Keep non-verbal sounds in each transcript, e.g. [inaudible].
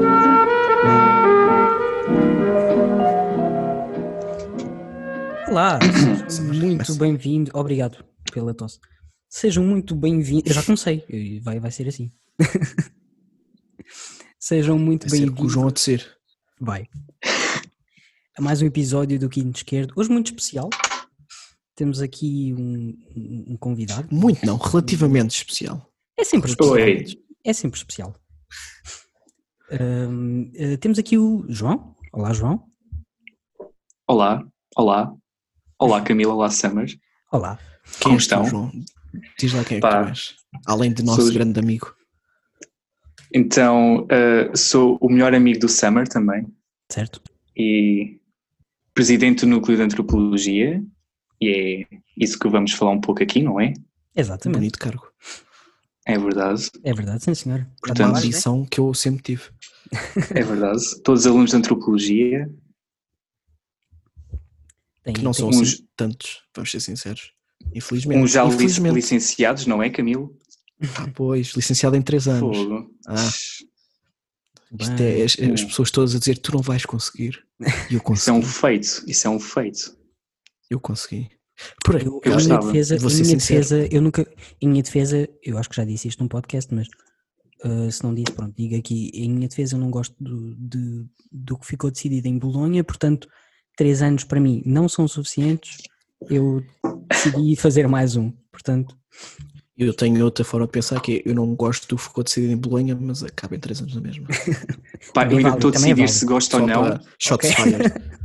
[coughs] Olá, sejam muito bem-vindos. Obrigado pela tosse. Sejam muito bem-vindos. Eu já comecei, eu- vai, vai ser assim. [laughs] Sejam muito Vai ser com o bem-vindos. João a tecer. Vai. A mais um episódio do Quinto Esquerdo. Hoje muito especial. Temos aqui um, um- um convidado. Muito não, relativamente especial. É sempre especial. Oi, É sempre especial. Ahm, eh, temos aqui o João. Olá, João. olá, olá, olá Camila, olá Summers, Olá. é Quem Como és tu, estão? João? Diz lá quem é que Pá. tu és. Além de nosso Sou- grande amigo. Então, eh, sou o melhor amigo do Summer também Certo? e presidente do Núcleo de Antropologia e é isso que vamos falar um pouco aqui, não é? Exatamente. Bonito cargo. É verdade, É verdade, sim, senhor. Já Uma Portanto, trabalho, né? ambição que eu sempre tive. [laughs] é verdade. Todos alunos de Antropologia, Tem- Que não tem- são uns- assim tantos, vamos ser sinceros. Infelizmente. uns um já lic- Infelizmente. licenciados, não é Camilo? Ah, pois, licenciado em 3 anos. Fogo. Ah, isto Bem. é, as, as pessoas todas a dizer tu não vais conseguir. E eu Isso é um consegui. feito, isso é um feito. Eu consegui. Por aí, Eu, Eu em minha gostava, defesa, vou em ser minha sincero. defesa, eu nunca, em minha defesa, eu acho que já disse isto num podcast, mas ah, se não disse, pronto, diga aqui, em minha defesa eu não gosto do, de- do que ficou decidido em Bolonha, portanto, três anos para mim não são suficientes, eu decidi fazer mais um, portanto, eu tenho outra forma de pensar que é, eu não gosto do que ficou decidido em Bolonha, mas acaba em 3 anos na mesma. Pá, eu Também ainda vale, estou a também é decidir válido. se gosto Só ou Então não. para Ok. shots fired.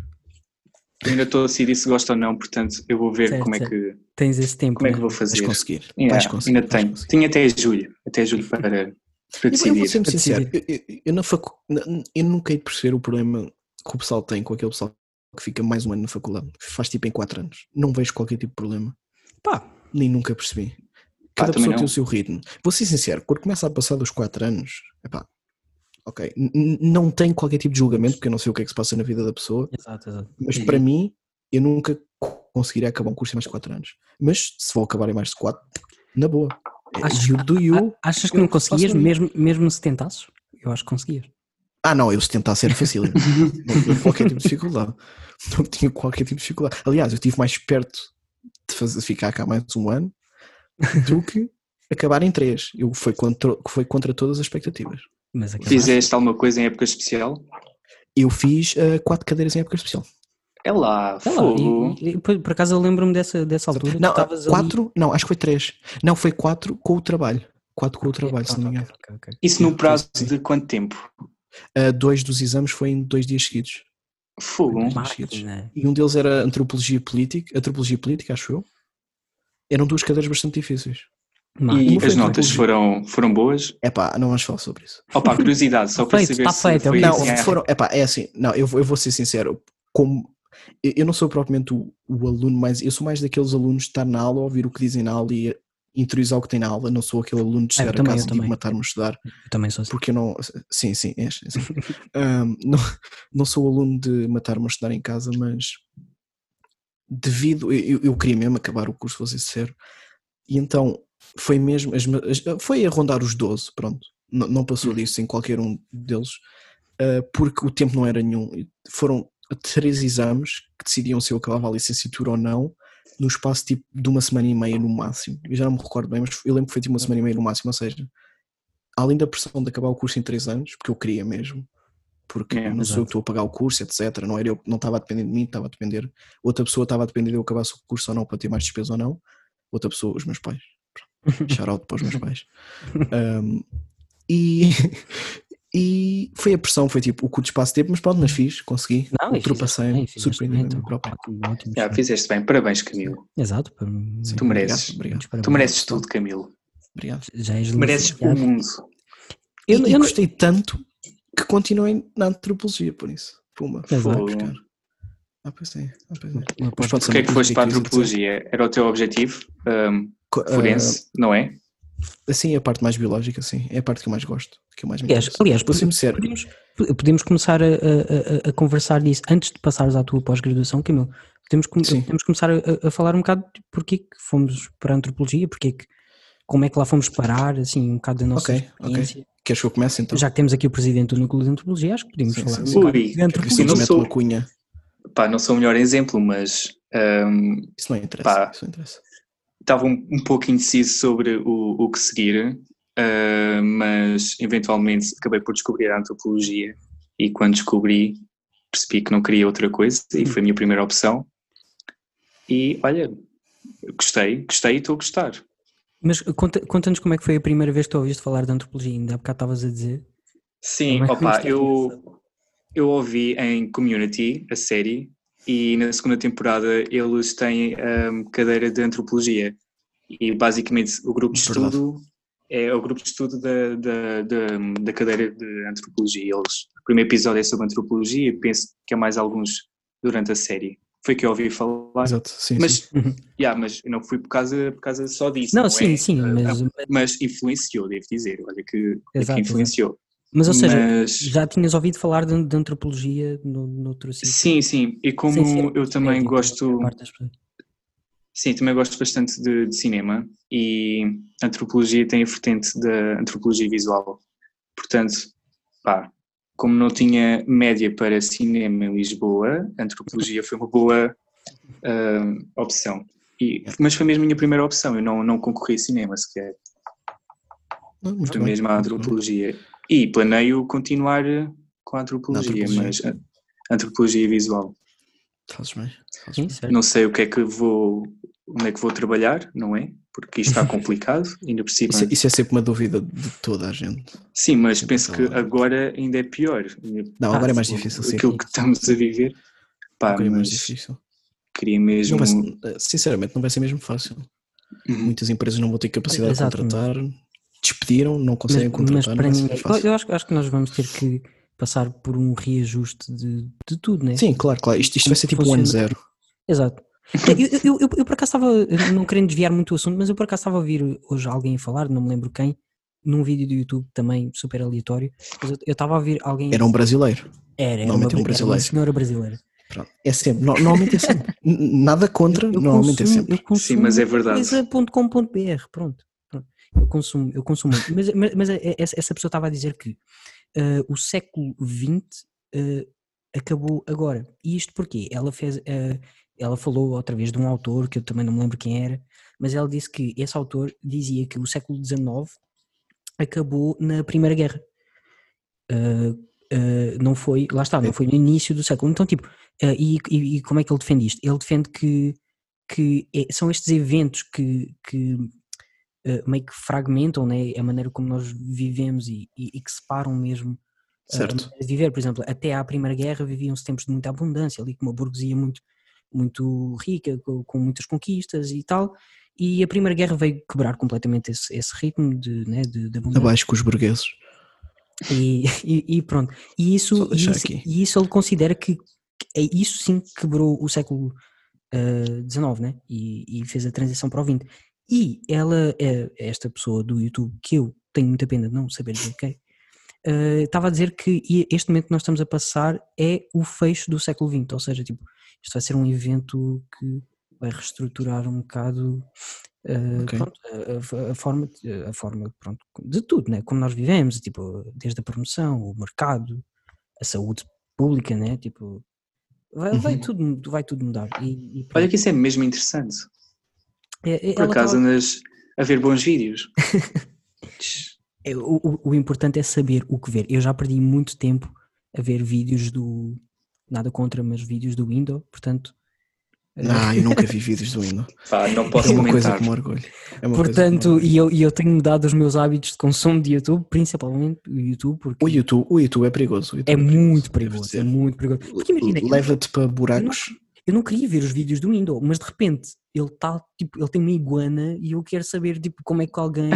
Eu ainda estou a decidir se gosto ou não, portanto, eu vou ver Certo, como é certo. que tens esse tempo. como é que né? vou Vais fazer. conseguir. Yeah, Vais conseguir. ainda vais tenho. conseguir. Tinha até julho. Até julho para, para Eu, eu vou decidir. ser muito Para sincero. Eu, eu- eu na facu... na- eu nunca hei de perceber o problema que o pessoal tem com aquele pessoal que fica mais um ano na faculdade. Faz tipo em 4 anos. Não vejo qualquer tipo de problema. Pá, Nem nunca percebi. Cada também pessoa não. tem o seu ritmo. Vou ser sincero, quando começa a passar dos 4 anos, epá, ok, n- n- não tenho qualquer tipo de julgamento, porque eu não sei o que é que se passa na vida da pessoa, exato, exato. mas Uhum. para mim, eu nunca conseguiria acabar um curso em mais de 4 anos. Mas se vou acabar em mais de 4, na boa. Acho- you do you. Ah, achas que eu não faço conseguias, a mim. mesmo, mesmo se tentasses? Eu acho que conseguias. Ah, não, eu se tentar ser fácil. [laughs] não tinha qualquer tipo de dificuldade. Não tinha qualquer tipo de dificuldade. Aliás, eu estive mais perto de fazer, ficar cá mais um ano do que acabar em três. Eu foi contra, foi contra todas as expectativas. Mas acabaste. Fizeste alguma coisa em época especial? Eu fiz ah, quatro cadeiras em época especial. É lá, Sei lá, fogo. e- e- por por acaso eu lembro-me dessa, dessa altura. que Não, ah, estavas ali- quatro, não, acho que foi três. Não, foi quatro com o trabalho. Quatro com o trabalho, se não me engano. Ah, Ok, ok, ok. Isso no prazo de quanto tempo? Ah, dois dos exames foi em dois dias seguidos. Fogo. Mas- Marketing, né? E um deles era antropologia política, antropologia política, acho eu. Eram duas cadeiras bastante difíceis. E Marketing. não foi as notas tudo. foram, foram boas? Epá, não vamos falar sobre isso. [laughs] Opa, curiosidade, só para Feito, saber tá se feito, é foi um- Não, assim, é. foram, epá, é assim, não, eu, vou- eu vou ser sincero, como eu eu não sou propriamente o, o aluno mais, eu sou mais daqueles alunos de estar na aula, ouvir o que dizem na aula e interiorizar o que tem na aula, não sou aquele aluno de Ah, eu chegar a também, eu casa e tipo, também. matar-me a estudar, Eu também sou assim. porque eu não, sim, sim, é, sim. Ahm, [laughs] não, não sou aluno de matar-me a estudar em casa, mas devido, eu, eu- eu queria mesmo acabar o curso, vou ser sincero, e então foi mesmo, as me- as- foi a rondar os 12, pronto, não, não passou disso em qualquer um deles, ah, porque o tempo não era nenhum, foram três exames que decidiam se eu acabava a licenciatura ou não, no espaço tipo de uma semana e meia no máximo, eu já não me recordo bem, mas eu lembro que foi tipo uma semana e meia no máximo, ou seja, além da pressão de acabar o curso em três anos, porque eu queria mesmo, porque É, não sou eu exato. que estou a pagar o curso, etc. Não era eu, não estava a depender de mim, estava a depender. Outra pessoa estava a depender de eu acabar o curso ou não para ter mais despesa ou não. Outra pessoa, os meus pais. Shout out para os meus pais. Um, e, [laughs] e foi a pressão, foi tipo o curto espaço de tempo, mas pronto, mas fiz, consegui. Não, e Ultrapassei, fizeste bem, fizeste surpreendi-me a bem, mim então. próprio. Ótimo, ótimo, É, Já, excelente. Ah, fizeste bem, parabéns Camilo. Exato. pá, Sim, muito Tu mereces. Obrigado, parabéns. Tu mereces tudo Camilo. obrigado. Já és Tu mereces o licenciado. mundo. Eu, e, e eu não- gostei tanto que continuei na antropologia, por isso. Puma, Exato. fui buscar. Ah, pois é, ah, pois é. eu aposto- Mas pode ser Porquê é que uma coisa foste para a eu ia dizer. antropologia? Era o teu objetivo? ahm, Co- ah, forense, não é? Assim é a parte mais biológica, sim. É a parte que eu mais gosto, que eu mais me Aliás, interessa. aliás Vou ser muito sério. podemos, podemos começar a, a- a- a conversar disso antes de passares à tua pós-graduação, Camilo. Podemos, com- Sim. podemos começar a, a falar um bocado de porque é que fomos para a antropologia, porque é que, como é que lá fomos parar, assim, um bocado da nossa Ok, ok. experiência. Queres que eu comece então? Já que temos aqui o presidente do núcleo de antropologia, acho que podemos Sim, falar sim, um sim. bocado Ui, de Quero que o antropologia. eu não Simplesmente sou- uma cunha. Pá, não sou o melhor exemplo, mas hum, Isso não interessa. Pá. Isso não interessa. estava um, um pouco indeciso sobre o, o que seguir, ah, mas eventualmente acabei por descobrir a antropologia e quando descobri percebi que não queria outra coisa e foi a minha primeira opção. E olha, gostei, gostei e estou a gostar. Mas conta- conta-nos como é que foi a primeira vez que tu ouviste falar de antropologia, ainda há bocado estavas a dizer. Sim, Também opa, está eu, eu ouvi em Community, a série, e na segunda temporada eles têm hum, cadeira de antropologia. E basicamente o grupo de Verdade. estudo é o grupo de estudo da, da, da, da cadeira de antropologia. Eles, o primeiro episódio é sobre antropologia e penso que há mais alguns durante a série. Foi que eu ouvi falar. Exato, sim, sim. Mas, Uhum. yeah, mas eu não fui por causa, por causa só disso. Não, é? sim, sim, mas, Mas influenciou, devo dizer. Olha que, olha Exato, que influenciou. mas ou seja, Mas- já tinhas ouvido falar de, de antropologia no, noutro sítio? Sim, sim. E como Sem ser eu também médico, gosto, a parte das pessoas. sim, também gosto bastante de, de cinema e a antropologia tem a vertente da antropologia visual. Portanto, pá, como não tinha média para cinema em Lisboa, a antropologia foi uma boa ah, opção. E, mas foi mesmo a minha primeira opção, eu não, não concorri a cinema sequer, Não, muito foi bem, mesmo a muito bem. antropologia. E planeio continuar eh, com a antropologia, antropologia. mas a antropologia visual. Fazes bem. fazes Sim, bem. certo. não sei o que é que vou, onde é que vou trabalhar, não é? Porque isto Uhum. está complicado, ainda por cima. Isso, é- isso é sempre uma dúvida de toda a gente. Sim, mas Sempre penso que está lá. agora ainda é pior. Não, Ah, agora é mais sim, difícil, sim. Aquilo que estamos a viver. Pá, Agora é mais mas difícil. queria Não mesmo. um- vai ser- eh, sinceramente, não vai ser mesmo fácil. Uhum. Muitas empresas não vão ter capacidade de Exato. contratar, despediram, não Mas, conseguem mas contratar. não para vai ser ninguém. fácil. Eu acho, acho que nós vamos ter que passar por um reajuste de, de tudo, né? Sim, claro, claro. Isto, isto vai ser tipo um ano zero. Exato. Eu, eu- eu- eu- eu por acaso estava, eu não querendo desviar muito o assunto, mas eu por acaso estava a ouvir hoje alguém falar, não me lembro quem, num vídeo do YouTube também super aleatório, mas eu eu estava a ouvir alguém. Era um brasileiro. Era, era, uma, normalmente é um bra- era uma brasileiro. senhora brasileira. Pronto. É sempre. no- Normalmente é sempre. [laughs] N- Nada contra, Eu normalmente é consumo- sempre. eu consumo mas é verdade. coisa.com.br, pronto. pronto. Eu consumo, eu consumo. muito. mas mas, mas é- é- essa essa pessoa estava a dizer que ah, o século XX ah, acabou agora. E isto porquê? Ela fez, ah, ela falou outra vez de um autor que eu também não me lembro quem era, mas ela disse que esse autor dizia que o século XIX acabou na Primeira Guerra. Ah, ah, não foi, lá está, não foi no início do século. Então, tipo, ah, e, e- e como é que ele defende isto? Ele defende que, que é- são estes eventos que, que ah, meio que fragmentam né, a maneira como nós vivemos e, e- e que separam mesmo ah, a Certo. maneira de viver. Por exemplo, até à Primeira Guerra viviam-se tempos de muita abundância, ali com uma burguesia muito, muito rica, com, com muitas conquistas e tal. E a Primeira Guerra veio quebrar completamente esse, esse ritmo de, né, de, de abundância. Abaixo com os burgueses. E, e- e pronto. E isso, Só e deixar isso, aqui. e isso ele considera que que é isso sim que quebrou o século XIX, né? E, e fez a transição para o XX. E ela, eh, esta pessoa do YouTube, que eu tenho muita pena de não saber dizer quem, eh, estava a dizer que e- este momento que nós estamos a passar é o fecho do século XX, ou seja, tipo, isto vai ser um evento que vai reestruturar um bocado eh, Ok. pronto, a, a- a forma, a forma pronto, de tudo, né? como nós vivemos, tipo, desde a promoção, o mercado, a saúde pública, né? tipo, vai, vai Uhum. tudo, vai tudo mudar. E, e pronto. Olha que isso é mesmo interessante. É- é- Por ela acaso tava- andas a ver bons vídeos. é, o, o- o importante é saber o que ver. Eu já perdi muito tempo a ver vídeos do. Nada contra, mas vídeos do Windows, portanto. eh, Ah, eu nunca vi vídeos do hino. Pá, não É [laughs] posso uma coisa comentar. que [laughs] me orgulho. É uma coisa que me Portanto, orgulho. e eu, e eu tenho mudado os meus hábitos de consumo de YouTube, principalmente o YouTube, porque O YouTube, o YouTube é perigoso. o YouTube é muito devo perigoso. dizer. É muito perigoso. Porque imagina, eu- Leva-te para buracos. eu não queria ver os vídeos do Windows, mas de repente ele tá, tipo, ele tem uma iguana e eu quero saber tipo, como é que [laughs] alguém.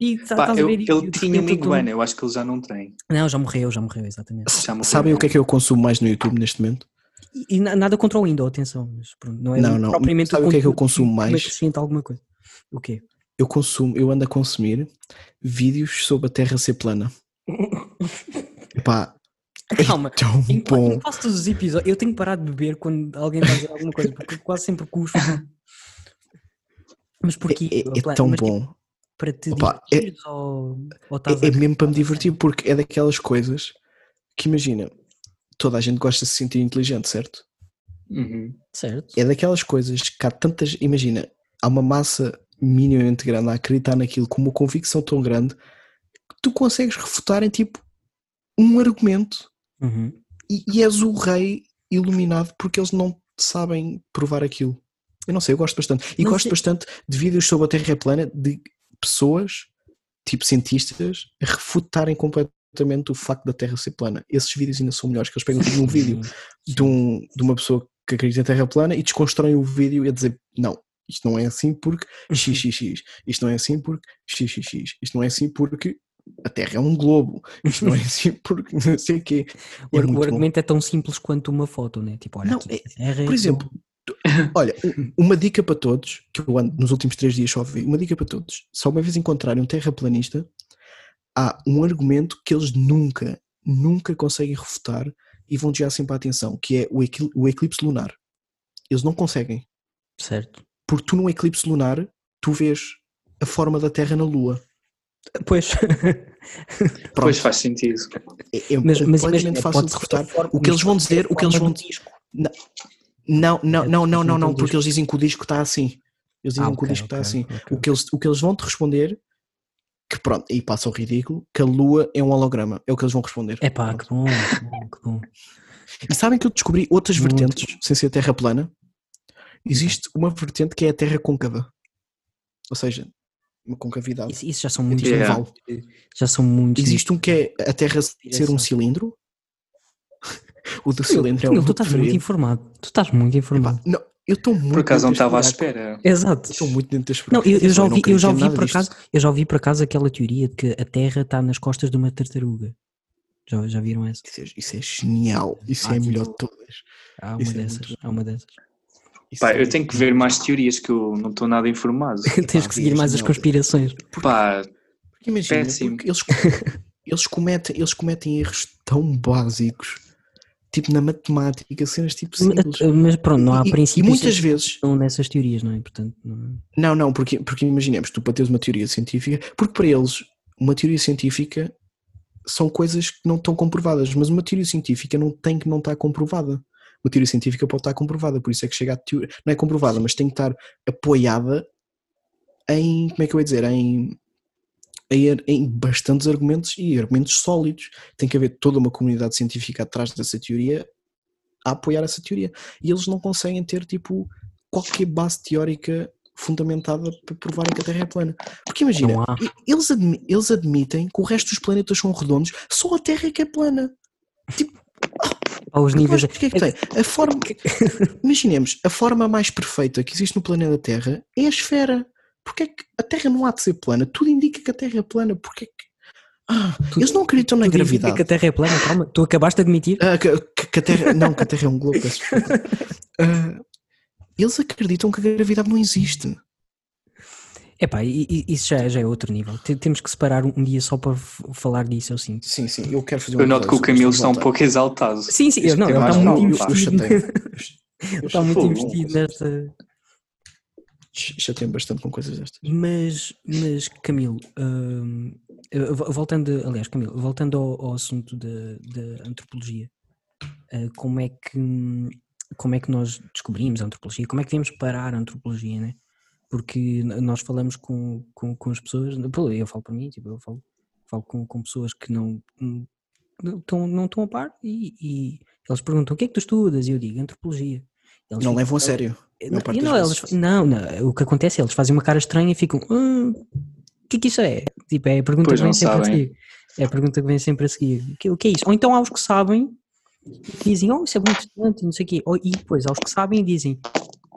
E tá, Pá, estás a eu- ver e- e ele de tinha uma repente eu tô- iguana, eu acho que ele já não tem. Não, já morreu, já morreu, exatamente. Já morreu. Sabem o que é que eu consumo mais no YouTube neste momento? E, e na- nada contra o Windows, atenção, mas pronto, não é Não, não. propriamente Sabe o que é que eu conteúdo consumo mais? Mas acrescenta alguma coisa. O [laughs] quê? Eu consumo, eu ando [laughs] a consumir vídeos sobre a Terra ser plana. Epá, é Calma, Tão em, qua- em bom. quase todos os episódios, eu tenho que parar de beber quando alguém vai dizer alguma coisa, porque eu quase sempre cuspo. Mas tipo, porque É, é- é tão bom. para te Opa, é- divertir ou, ou É, estás é a- mesmo para estás me a- divertir, porque é daquelas coisas que imagina, toda a gente gosta de se sentir inteligente, certo? Uhum. Certo. É daquelas coisas que há tantas. Imagina, há uma massa minimamente grande a acreditar naquilo com uma convicção tão grande que tu consegues refutar em tipo um argumento Uhum. e, e és o rei iluminado porque eles não sabem provar aquilo. Eu não sei, eu gosto bastante. E Mas gosto é- bastante de vídeos sobre a Terra plana de pessoas, tipo cientistas, a refutarem completamente o facto da Terra ser plana. Esses vídeos ainda são melhores, que eles pegam tipo, um Sim, vídeo sim. de, um- de uma pessoa que acredita em Terra plana e desconstroem o vídeo e a dizer não. Isto não é assim porque xxx, isto não é assim porque xxx, isto não é assim porque a Terra é um globo, isto não é assim porque não sei o quê. O, É ar- o muito bom. argumento é tão simples quanto uma foto, né? Tipo, olha, Não, aqui, é- a terra é Por exemplo, tu- olha, u- uma dica para todos, que eu ando nos últimos três dias só ouvi, uma dica para todos. Só uma vez encontrarem um terraplanista, há um argumento que eles nunca, nunca conseguem refutar e vão desviar sempre a atenção, que é o, equil- o eclipse lunar. Eles não conseguem. certo. Porque tu num eclipse lunar, tu vês a forma da Terra na Lua. Pois, [laughs] Pronto, Pois faz sentido. é, é mas, mas completamente imagina, fácil pode de ser refutar. a forma- O que eles vão dizer, o que eles forma vão do disco. Não, não, não, não, não, não, Então, porque disco. eles dizem que o disco está assim. Eles dizem Ah, que o ok, disco está ok, assim. ok. O que, eles, o que eles vão te responder, que pronto, e passa o ridículo, que a lua é um holograma. É o que eles vão responder. Epá, Pronto. que bom, que bom, que bom. E sabem que eu descobri outras Muito. Uhum. vertentes, sem ser a Terra plana? Existe uma vertente que é a Terra côncava. Ou seja, uma concavidade. Isso, isso já são muitos. Tipo um Yeah. vale. Já são muitos. Existe um que é a Terra ser um cilindro. [laughs] O do cilindro é o Não, meu tu estás muito preferido. informado. Tu estás muito informado. Epá, não, eu estou muito Por acaso não dentro estava à deste buraco. espera. Exato. Eu Estou muito dentro das Não, eu, eu já ouvi, eu já ouvi por acaso acaso, eu já ouvi por acaso aquela teoria de que a Terra está nas costas de uma tartaruga. Já, já viram essa? Isso é, isso é genial. Isso Ah, é a tipo, melhor de todas. Há uma Isso é dessas, muito há uma dessas. Isso Pá, é- eu tenho que ver mais teorias que eu não estou [laughs] nada informado. Tens que seguir vias, mais as não. conspirações. Pá, Porque imagina, péssimo. porque eles, eles, cometem, eles cometem erros tão básicos, tipo na matemática, cenas tipo simples. Mas pronto, eh, não há E- e- princípios E muitas vezes, que estão nessas teorias, não é? Portanto, não... não, não, porque, porque imaginemos, tu para teres uma teoria científica, porque para eles, uma teoria científica são coisas que não estão comprovadas, mas uma teoria científica não tem que não estar comprovada. Uma teoria científica pode estar comprovada, por isso é que chega a teoria. Não é comprovada, mas tem que estar apoiada em. Como é que eu ia dizer? Em. Em, ar- em bastantes argumentos e argumentos sólidos. Tem que haver toda uma comunidade científica atrás dessa teoria a apoiar essa teoria. E eles não conseguem ter, tipo, qualquer base teórica fundamentada para provarem que a Terra é plana. Porque imagina, Não há. e- eles, admi- eles admitem que o resto dos planetas são redondos, só a Terra é que é plana. há os Mas níveis. porquê é que tem? [laughs] A forma, imaginemos, a forma mais perfeita que existe no planeta Terra é a esfera. Porquê é que a Terra não há de ser plana? Tudo indica que a Terra é plana. Porquê é que... Ah, Tu- eles não acreditam na Tu dizes gravidade. que a Terra é plana, calma, tu acabaste de admitir. Ah, que, que- que a Terra. Não, que a Terra é um globo. peço desculpa. Ah, eles acreditam que a gravidade não existe. Epá, e- e- isso já, já é outro nível. Te- Temos que separar um um dia só para f- falar disso, eu sinto. Sim, sim, eu quero fazer eu noto que o Camilo está um pouco pouco exaltado. Sim, sim, eu, não, Eu ele está acho muito que não, investido. eu- eu [laughs] Ele Eu está muito Fogo. investido nesta. ch- chatei-me bastante com coisas destas. Mas, mas Camilo, hum, eh, vo- voltando, aliás, Camilo, voltando ao, ao assunto da, da antropologia, eh, como é que hum, como é que nós descobrimos a antropologia? Como é que viemos parar a antropologia, né? Porque n- nós falamos com, com, com as pessoas, né, pô, eu falo para mim, tipo, eu falo, falo com, com pessoas que não hum, não estão não estão a par e, e eles perguntam o que é que tu estudas? E eu digo antropologia. Eles Não ficam- levam a sério. não, maior parte e das não, eles, vezes. fa- não, não, o que acontece é eles fazem uma cara estranha e ficam. "Hum, O que é que isso é? Tipo, é a pergunta Pois que vem não sempre a sabem. seguir. É a pergunta que vem sempre a seguir. O que, o que é isso? Ou então há os que sabem e dizem, oh, isso é muito interessante, não sei o quê. Ou, e depois há os que sabem e dizem,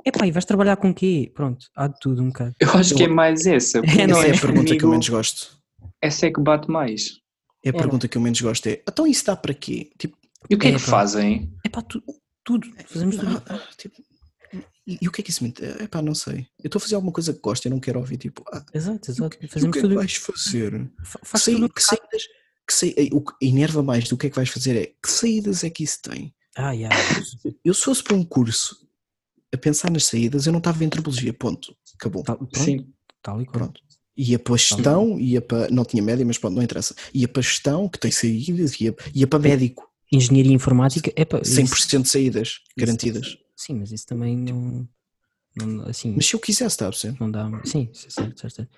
epá, e vais trabalhar com quê? Pronto, há de tudo um bocado. Eu acho que é mais [laughs] essa. porque não Essa é a esse pergunta que eu comigo- menos gosto. Essa é que bate mais. É a Era. pergunta que eu menos gosto é: então isso dá para quê? Tipo, E o que é, É, que pá. fazem? Epá, tu, tudo, fazemos tudo. ah, ah, tipo, e, e o que é que isso me. É pá, não sei. Eu estou a fazer alguma coisa que gosto e não quero ouvir. Tipo, ah, Exato, exato. e o Fazemos que é que tudo. vais fazer? fa- Faz Sei tudo. um-". que saídas, que sai- o que enerva mais do que é que vais fazer é que saídas é que isso tem? Ah, yeah. Eu se fosse para um curso a pensar nas saídas, eu não estava em antropologia, ponto. Acabou. Tal, pronto, Sim, tal e qual. Pronto. Ia para a gestão, ia para. Não tinha média, mas pronto, não interessa. Ia para a gestão, que tem saídas, ia, ia para médico. Engenharia informática, é para 100% de saídas garantidas. Sim, mas isso também não, não- assim, Mas se eu quisesse, está a perceber? não dá. Sim, sim, certo, certo. certo.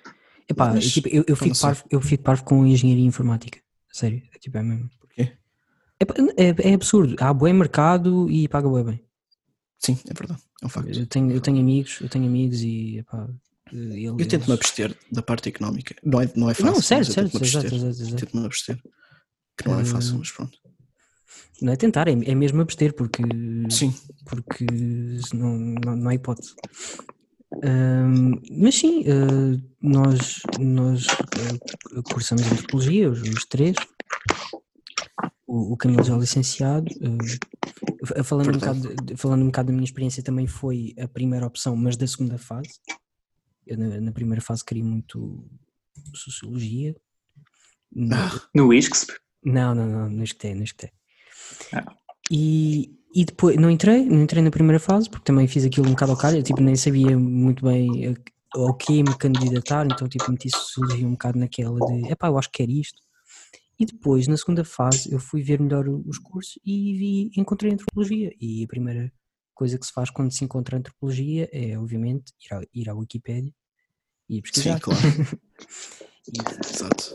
Epá, Mas- tipo, eu, eu, não fico sei. parvo, eu fico parvo com engenharia informática. Sério, é tipo, é mesmo. Porquê? Epá, É, é absurdo. Há bué mercado e paga bué bem. Sim, é verdade. É um facto. Eu tenho, eu tenho amigos, eu tenho amigos e epá, ele- Eu tento-me eles- abster da parte económica. Não é, não é fácil. Não, certo, mas eu certo, tento-me exato, Eh, abster. exato, exato. Tento-me abster. Que não é fácil, mas pronto. Não é tentar, é, é mesmo abster, porque Sim, porque não, não, não há hipótese. Ahm, mas sim, ah, nós, nós ah, cursamos antropologia, os, os três. O, o Camilo já é licenciado. ah, falando, um Verdade. bocado, de- falando um bocado da minha experiência, também foi a primeira opção, mas da segunda fase. Eu, na, na primeira fase, queria muito sociologia. Na- no ISCSP. não, não, não, não escutei, não escutei. É. Ah. E, e depois, não entrei, não entrei na primeira fase, porque também fiz aquilo um bocado ao calho, eu, tipo, nem sabia muito bem a- ao que me candidatar, então tipo, meti surgiu um bocado naquela de, epá, eu acho que era isto. E depois, na segunda fase, eu fui ver melhor o- os cursos e vi, encontrei antropologia. E a primeira coisa que se faz quando se encontra antropologia é, obviamente, ir, ao, ir à Wikipédia e pesquisar. sim, [laughs] claro. Exato.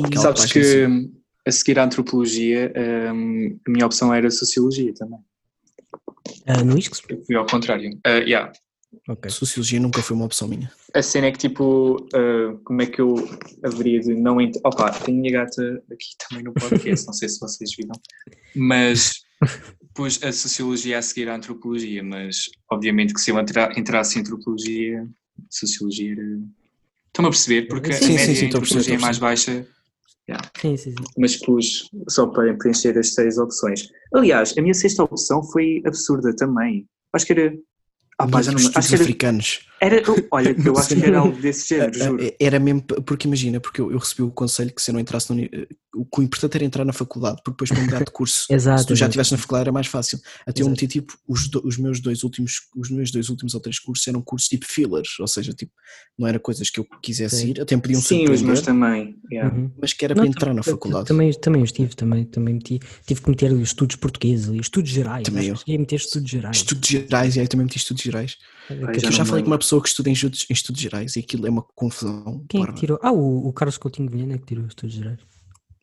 E- Aquela Sabes página, que a seguir à antropologia, hum, a minha opção era sociologia também. Ah, no ISCS? Eu fui ao contrário. Ah, yeah. Ok. Sociologia nunca foi uma opção minha. A cena é que, tipo, ah, como é que eu haveria de não entrar. Opa, tenho a minha gata aqui também no podcast, não sei se vocês viram. Mas pus a sociologia a seguir à antropologia, mas obviamente que se eu entra- entrasse em antropologia, sociologia era. Estão-me a perceber? Sim, Porque a sim, média sim, em estou a perceber, antropologia é estou a mais baixa, Sim, sim, sim. mas pus só para preencher as seis opções. Aliás, a minha sexta opção foi absurda também. Acho que era. Ah, pá, Mas já não- estudos acho que era africanos. era, olha, eu acho que era algo [laughs] desse É, Ah, género, juro. ah, Era mesmo, p- porque imagina, porque eu, eu recebi o conselho que se eu não entrasse no. uni- eh, O que o importante era entrar na faculdade, porque depois para mudar [laughs] de curso, Exato. se tu já exato. estivesse na faculdade era mais fácil. Até eu Exato. meti tipo, os, do- os meus dois últimos, os meus dois últimos ou três cursos eram cursos tipo fillers, ou seja, tipo, não era coisas que eu quisesse Sim. ir, até me podiam Sim, os meus surpreender, também. yeah. Uhum. mas que era Não, para entrar na Eu- eu faculdade. Também, também estive, também, também meti, tive que meter estudos portugueses ali, estudos gerais. Também acho eu. que Cheguei a meter estudos gerais. Estudos gerais, e aí também meti estudos gerais. Olha, Ah, que- Que Já eu já falei não lembro. com uma pessoa que estuda em estudos, em estudos gerais e aquilo é uma confusão. Quem é que parva. tirou? Ah, o, o Carlos Coutinho Vilhena é que tirou os estudos gerais.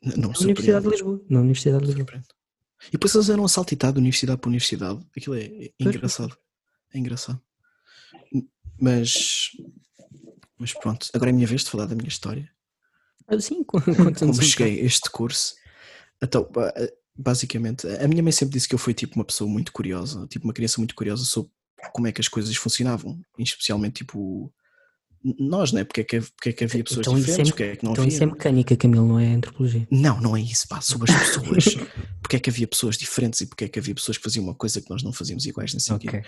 N- Não, Na é? Universidade de surpreende. Lisboa. Na Universidade de Lisboa. E depois eles eram assaltitados de universidade para universidade. Aquilo é é pois. engraçado. É engraçado. Mas. Mas pronto, agora é a minha vez de falar da minha história. Ah, sim, [laughs] con- conta-nos um Como bocado. cheguei a este curso. Então, ba- basicamente, a minha mãe sempre disse que eu fui tipo uma pessoa muito curiosa, tipo uma criança muito curiosa sobre como é que as coisas funcionavam, e especialmente tipo n- nós, né? Porque é que, porque é que havia pessoas Então isso é diferentes, me- porque é que não Então havia. isso é mecânica, Camilo, não é antropologia. Não, não é isso, pá, sobre as pessoas. porque é que havia pessoas diferentes e porque é que havia pessoas que faziam uma coisa que nós não fazíamos iguais, não sei o quê.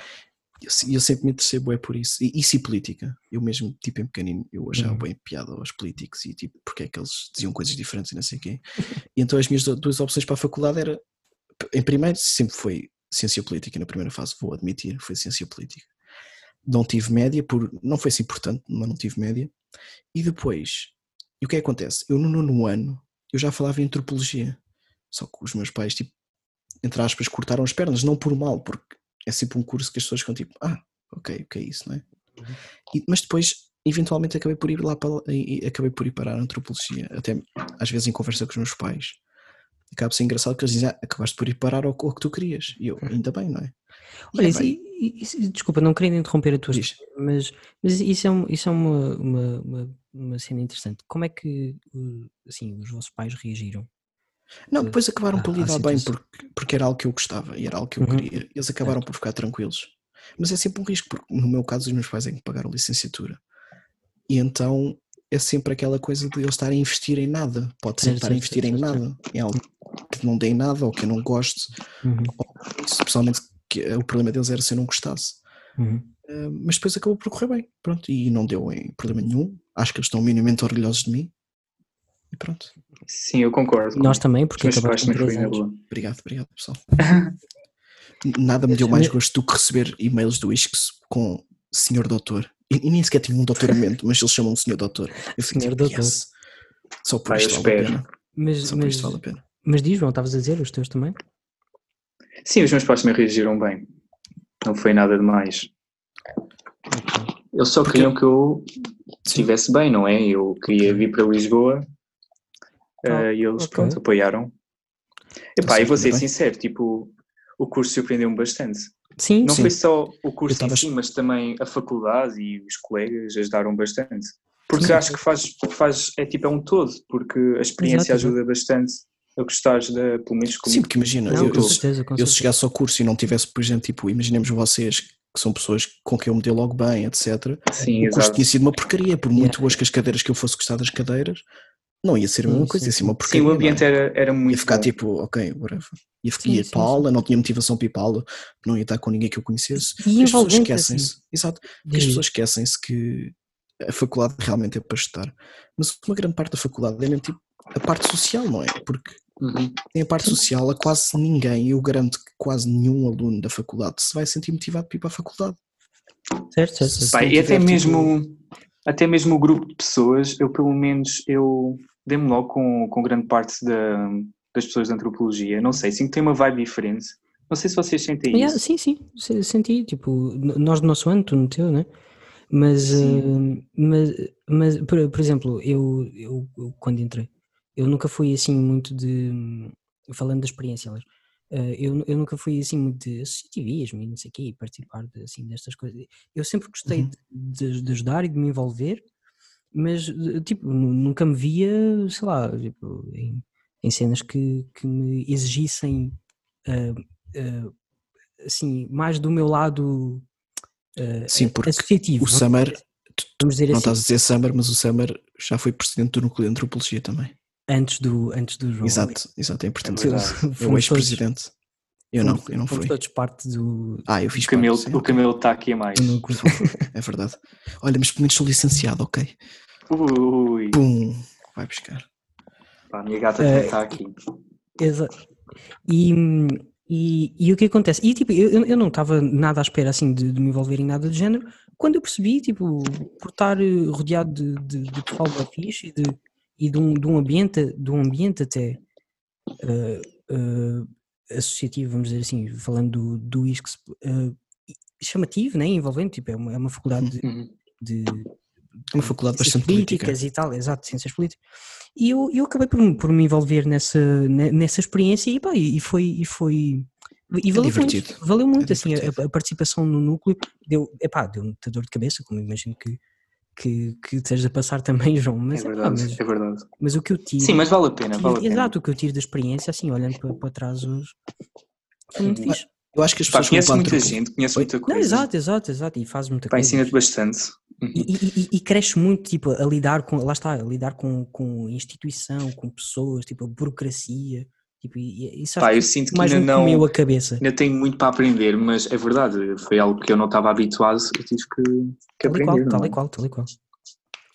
Eu, se- eu sempre me interessei bué por isso. E isso e política. Eu mesmo, tipo, em pequenino, eu achava Uhum. bem piada aos políticos e, tipo, porque é que eles diziam coisas diferentes e não sei o quê. E então as minhas do- duas opções para a faculdade era... Em primeiro, sempre foi ciência política. Na primeira fase, vou admitir, foi ciência política. Não tive média, por não foi assim importante, mas não tive média. E depois, e o que é que acontece? Eu no nono ano, eu já falava em antropologia. Só que os meus pais, tipo, entre aspas, cortaram as pernas. Não por mal, porque é sempre um curso que as pessoas ficam tipo, ah, ok, o que é isso, não é? E- mas depois, eventualmente, acabei por ir lá para e- e acabei por ir parar a antropologia, até às vezes em conversa com os meus pais. Acaba por ser engraçado que eles dizem, ah, acabaste por ir parar ao, ao que tu querias. E eu, ainda bem, não é? E Olha, é isso- bem, isso- desculpa, não querendo interromper a tua diz. Mas, mas isso é, um- isso é uma, uma, uma, uma cena interessante. Como é que uh, assim, os vossos pais reagiram? Não, depois acabaram por à- à lidar bem situação. porque, porque era algo que eu gostava e era algo que eu Ah, Uhum. queria. Eles acabaram por ficar tranquilos. Mas é sempre um risco, porque no meu caso os meus pais é que me pagaram licenciatura. E então é sempre aquela coisa de eu estar a investir em nada. Pode ser Certo, estar a certo, investir em certo, certo, nada, em algo que não dê em nada ou que eu não gosto. Uhum, Isso, pessoalmente que, eh, o problema deles era se eu não gostasse. uhum. Ah, mas depois acabou por correr bem, pronto, e não deu em problema nenhum. Acho que eles estão minimamente orgulhosos de mim. E pronto. Sim, eu concordo. Nós também, porque Meus acabaste pais com 3 também foi na anos. boa. Obrigado, obrigado, pessoal. Nada me deu mais gosto do que receber e-mails do ISCS com senhor doutor. E, e nem sequer tinha um doutoramento, mas eles chamam senhor doutor. Eu fico Senhor tipo, doutor. yes. Só por Pá, eu isto vale a espero. pena. Mas, Só por mas, isto vale a pena. mas diz, João, estavas a dizer, os teus também? Sim, os meus pais também reagiram bem. Não foi nada demais. Eles só Porque- queriam que eu estivesse bem, não é? Eu queria vir para Lisboa Ah, eh, e eles, ok. pronto, apoiaram. Então, Epá, Sim, e vou ser ainda bem. sincero, tipo, o curso surpreendeu-me bastante. Sim, Não Sim. foi só o curso Eu tava- em si, mas também a faculdade e os colegas ajudaram bastante. Porque Sim. acho que faz, faz, é tipo, é um todo, porque a experiência Exato, exato. ajuda bastante a gostares da, pelo menos Sim, comigo. porque imagina, não, eu, com eu, certeza, com eu se certeza. chegasse ao curso e não tivesse, por exemplo, tipo, imaginemos vocês que são pessoas com quem eu me dei logo bem, etc. Sim, o curso exato. tinha sido uma porcaria, por muito Yeah. boas que as cadeiras que eu fosse gostar das cadeiras, não ia ser a mesma Sim, coisa, sim, ia ser uma sim. porcaria. Sim, o não é? ambiente era, era muito ia ficar bom. tipo, ok, whatever. Ia, ficar, Sim, ia sim, para a sim. aula, não tinha motivação para ir para a aula, não ia estar com ninguém que eu conhecesse. E as pessoas envolvente, assim. esquecem-se. Exato. Porque as Diz, pessoas esquecem-se que a faculdade realmente é para estudar. Mas uma grande parte da faculdade é mesmo tipo a parte social, não é? Porque Uhum. tem a parte social a quase ninguém, eu garanto que quase nenhum aluno da faculdade se vai sentir motivado para ir para a faculdade. certo, certo, certo. Sim, Pá, e tiver, até mesmo, um até mesmo o grupo de pessoas, eu pelo menos, eu dei-me logo com, com grande parte da- das pessoas da antropologia. Não sei, sinto que tem uma vibe diferente. Não sei se vocês sentem Yeah, isso. sim, sim, se- senti, tipo, n- nós do nosso ano, tu no teu, né? Mas, eh, Sim. mas, mas por, por exemplo, eu, eu, eu quando entrei, eu nunca fui assim muito de, hum, falando da experiência, aliás, eh, eu, nu- eu nunca fui assim muito de associativismo e não sei o quê, e participar de, assim, destas coisas. Eu sempre gostei Uhum. de, de- de ajudar e de me envolver, mas, eh, tipo, nu- nunca me via, sei lá, tipo, em, em cenas que, que me exigissem... ah, ah, assim, mais do meu lado eh, Sim, porque associativo. O vamos- Summer, tu- tu Vamos dizer não assim, tá estás a dizer Summer, mas o Summer já foi presidente do núcleo de antropologia também. antes do, antes do João. Exato, exato, é importante. É dizer. verdade. [laughs] Eu o ex-presidente. Eu não, fomos- eu não fomos fui. todos parte do. Ah, eu fiz O Camelo, parte, sim, o Camelo está aqui a mais. do núcleo. é verdade. Olha, mas pelo menos sou licenciado, ok? Ui, Pum, vai buscar. pá, a minha gata Eh, também está aqui. Exato. E, hum, e, e o que acontece? E tipo, eu, eu- eu não estava nada à espera assim de, de me envolver em nada do género. Quando eu percebi, tipo, por estar eh, rodeado de, de, de pessoal da fixe e, de, e de, um, de, um ambiente, de um ambiente até eh, eh, associativo, vamos dizer assim, falando do, do ISCS, eh, chamativo, né? envolvente, tipo, é uma, é uma faculdade de- Uhum. de, É uma faculdade ciências bastante política. políticas e tal, exato, ciências políticas. E eu, eu acabei por, me- por me envolver nessa, ne- nessa experiência e, pá, e foi. E foi e valeu É divertido. É muito, valeu muito assim, divertido. a, a participação no núcleo deu, epá, deu muita dor de cabeça, como imagino que, que, que estejas a passar [laughs] também, João, É mas, epá, verdade, mas, é verdade. mas o que eu tive, Sim, mas vale a pena, o que vale a eu- pena. exato, o que eu tiro da experiência, assim, olhando para, para trás hoje, foi muito Sim. fixe. Eu acho que as Pá, pessoas conhece vão para muita a antropo- gente, conhece Oi? muita Não, coisa. exato, exato, exato, e faz muita Pá, coisa. ensina-te bastante. Uhum. E, e- e- e cresce muito, tipo, a lidar com, lá está, a lidar com, com instituição, com pessoas, tipo, a burocracia, tipo, e, e isso acho Pá, eu que sinto que mais um ainda me não, comeu a cabeça. ainda tenho muito para aprender, mas é verdade, foi algo que eu não estava habituado, eu tive que, que Tal e qual, aprender. tal não é? e qual, tal e qual.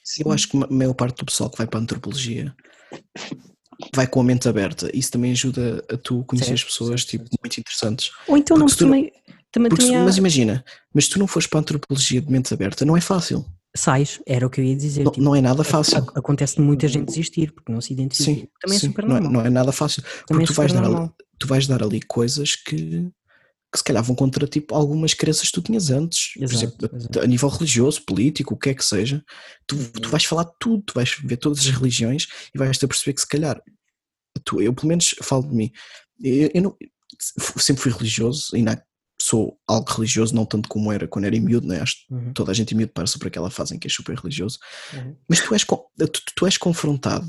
Sim. Eu acho que a maior parte do pessoal que vai para a antropologia vai com a mente aberta. Isso também ajuda a tu conhecer as Certo, pessoas certo, tipo, certo. muito interessantes. Ou então Porque não, se tu não- também, também, Porque se- também há- mas imagina, mas se tu não fores para a antropologia de mente aberta, não é fácil. sais, era o que eu ia dizer, Não, tipo, não é nada fácil. ac- acontece de muita gente desistir, porque não se identifica, Sim, também é sim, super não, é, normal, não é nada fácil. também é tu vais super dar ali- normal. Tu vais dar ali coisas que, que se calhar vão contra tipo, algumas crenças que tu tinhas antes, por Exato, exemplo, a- exato. Uhum. a nível religioso, político, o que é que seja. Tu, tu vais falar de tudo, tu vais ver todas as religiões e vais-te a perceber que se calhar tu, eu pelo menos falo de mim. Eu, eu não, f- sempre fui religioso, ainda sou algo religioso, não tanto como era quando era em miúdo, né? acho que Uhum, toda a gente em miúdo passa por aquela fase em que é super religioso, uhum. mas tu és, co- tu, tu és confrontado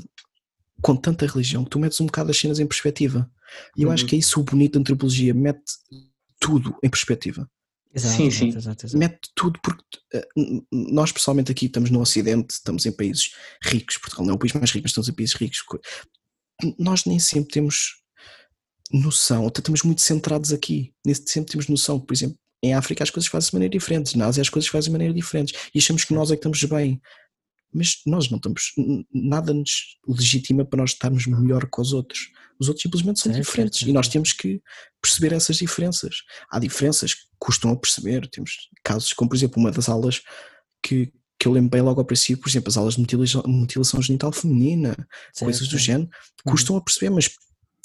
com tanta religião que tu metes um bocado as cenas em perspectiva. E eu acho Uhum. que é isso o bonito da antropologia, mete tudo em perspectiva. Exato, Sim, exato, sim. exato, exato. Mete tudo porque eh, n- n- nós, pessoalmente, aqui estamos no Ocidente, estamos em países ricos, Portugal não é o país mais rico, mas estamos em países ricos. Co- Nós nem sempre temos noção, até estamos muito centrados aqui, nem sempre temos noção, por exemplo. Em África as coisas fazem de maneira diferente, na Ásia as coisas fazem de maneira diferente e achamos que nós é que estamos bem. mas nós não estamos, nada nos legitima para nós estarmos melhor que os outros. Os outros simplesmente são Certo, diferentes certo, e nós temos que perceber essas diferenças. Há diferenças que custam a perceber, temos casos como, por exemplo, uma das aulas que, que eu lembro bem logo ao princípio, por exemplo, as aulas de mutilação, mutilação genital feminina, coisas do género, Uhum. custam a perceber, mas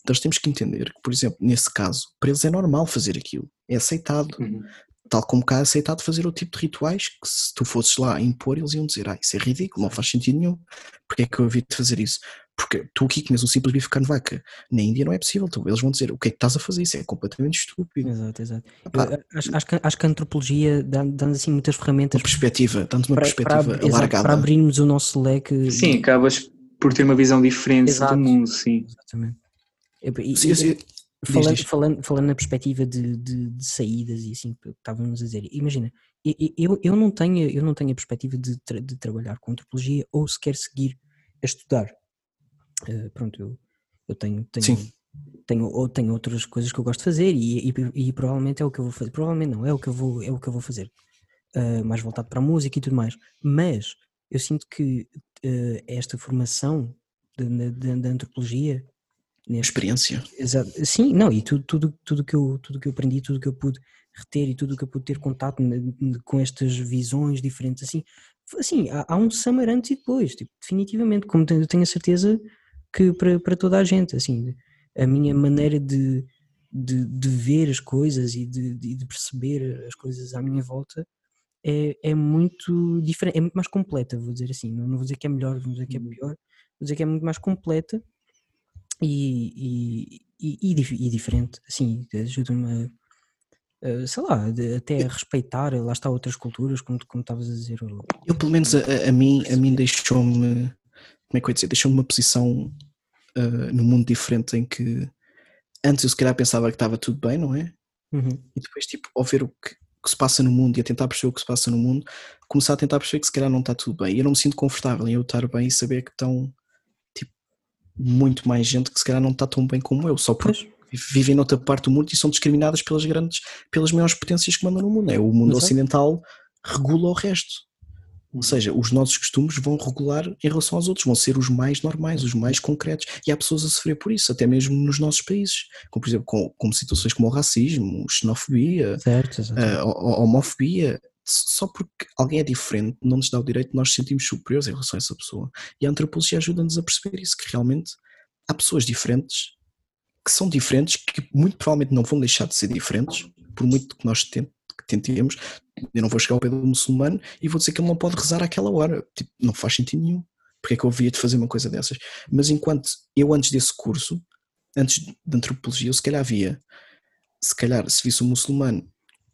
nós temos que entender que, por exemplo, nesse caso, para eles é normal fazer aquilo, é aceitado Uhum. tal como cá é aceitado fazer outro tipo de rituais que se tu fosses lá impor, eles iam dizer, ah, isso é ridículo, não faz sentido nenhum, porque é que eu havia de fazer isso? Porque tu aqui comes um simples bife de carne de vaca, na Índia não é possível, tu, eles vão dizer, o que é que estás a fazer, isso é completamente estúpido. Exato, exato. Eu Epá, acho, acho que, acho que a antropologia dá- dá-nos assim muitas ferramentas uma perspectiva, dando uma perspectiva exato, para alargada. abrirmos o nosso leque. Sim, acabas por ter uma visão diferente Exato. do mundo, sim. Exatamente. E- e- Sim, sim, Falando, diz. falando, falando na perspectiva de, de- de saídas e assim que estávamos a dizer, imagina, e- e- eu, eu, não tenho, eu não tenho a perspectiva de, tra- de trabalhar com antropologia ou sequer seguir a estudar. Eh, pronto, eu, eu tenho, tenho, Sim. tenho, ou tenho outras coisas que eu gosto de fazer e, e- e provavelmente é o que eu vou fazer. Provavelmente não, é o que eu vou, é o que eu vou fazer. Eh, mais voltado para a música e tudo mais. Mas eu sinto que eh, esta formação da- da da- da antropologia neste, experiência. Exato. Sim, não, e tudo, tudo, tudo, que eu, tudo que eu aprendi, tudo que eu pude reter e tudo que eu pude ter contato com estas visões diferentes, assim, f- assim há, há um summer antes e depois, tipo, definitivamente, como tenho, eu tenho a certeza que para, para toda a gente, assim, a minha maneira de, de, de ver as coisas e de, de, de perceber as coisas à minha volta é, é muito diferente, é muito mais completa, vou dizer assim, não, não vou dizer que é melhor, vou dizer que é pior, vou dizer que é muito mais completa e, e, e, e dif- e diferente, assim, ajuda-me a, a, sei lá, de- até a respeitar, lá está outras culturas, como tu- como estavas a dizer. o- Eu, pelo menos, a, a- a mim, a mim deixou-me, como é que eu ia dizer, deixou-me uma posição ah, no mundo diferente em que antes eu se calhar pensava que estava tudo bem, não é? Uhum, e depois, tipo, ao ver o que, que se passa no mundo e a tentar perceber o que se passa no mundo, começar a tentar perceber que se calhar não está tudo bem. E eu não me sinto confortável em eu estar bem e saber que estão, tipo, muito mais gente que se calhar não está tão bem como eu, só porque Pois. vivem noutra parte do mundo e são discriminadas pelas grandes, pelas maiores potências que mandam no mundo. É, o mundo Exato. ocidental regula o resto. Ou seja, os nossos costumes vão regular em relação aos outros, vão ser os mais normais, os mais concretos. E há pessoas a sofrer por isso, até mesmo nos nossos países. Como, por exemplo, com, como situações como o racismo, xenofobia, É. Certo, exato. a a- a homofobia. Só porque alguém é diferente não nos dá o direito de nós nos sentirmos superiores em relação a essa pessoa. E a antropologia ajuda-nos a perceber isso, que realmente há pessoas diferentes, que são diferentes, que muito provavelmente não vão deixar de ser diferentes, por muito que nós ten- que tentemos. Eu não vou chegar ao pé do muçulmano e vou dizer que ele não pode rezar àquela hora. Tipo, não faz sentido nenhum. Porque é que eu havia de fazer uma coisa dessas? Mas enquanto eu, antes desse curso, antes de antropologia, eu se calhar via, se calhar se visse um muçulmano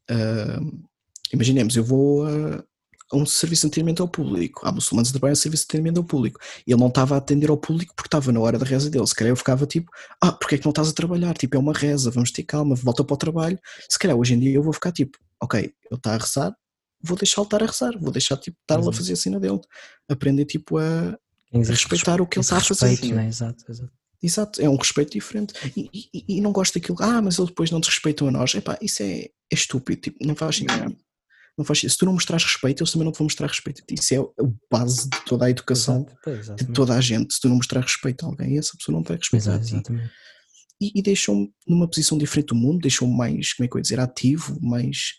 ah, imaginemos, eu vou a, a um serviço de atendimento ao público. Há muçulmanos que trabalham em serviço de atendimento ao público. E ele não estava a atender ao público porque estava na hora da reza dele. Se calhar eu ficava tipo, ah, porque é que não estás a trabalhar? Tipo, é uma reza, vamos ter calma, volta para o trabalho. Se calhar hoje em dia eu vou ficar tipo, ok, ele está a rezar, vou deixá-lo estar a rezar, vou deixar tipo, estar lá a Exato. fazer a cena dele. Aprender tipo a Quem diz respeitar o que ele esse está a fazer. respeito, né? Exato, exato. Exato, é um respeito diferente. E, e- e não gosto daquilo, ah, mas eles depois não desrespeitam a nós. Epá, isso é, é estúpido, tipo, não faz sentido. Yeah. Não faz sentido. Se tu não mostras respeito, eles também não te vão mostrar respeito. Isso é a base de toda a educação, exato, pois, de exatamente. toda a gente. Se tu não mostrar respeito a alguém, essa pessoa não vai respeitar Exato, a ti. exatamente. E, e deixou-me numa posição diferente do mundo, deixou-me mais, como é que eu ia dizer, ativo, mais.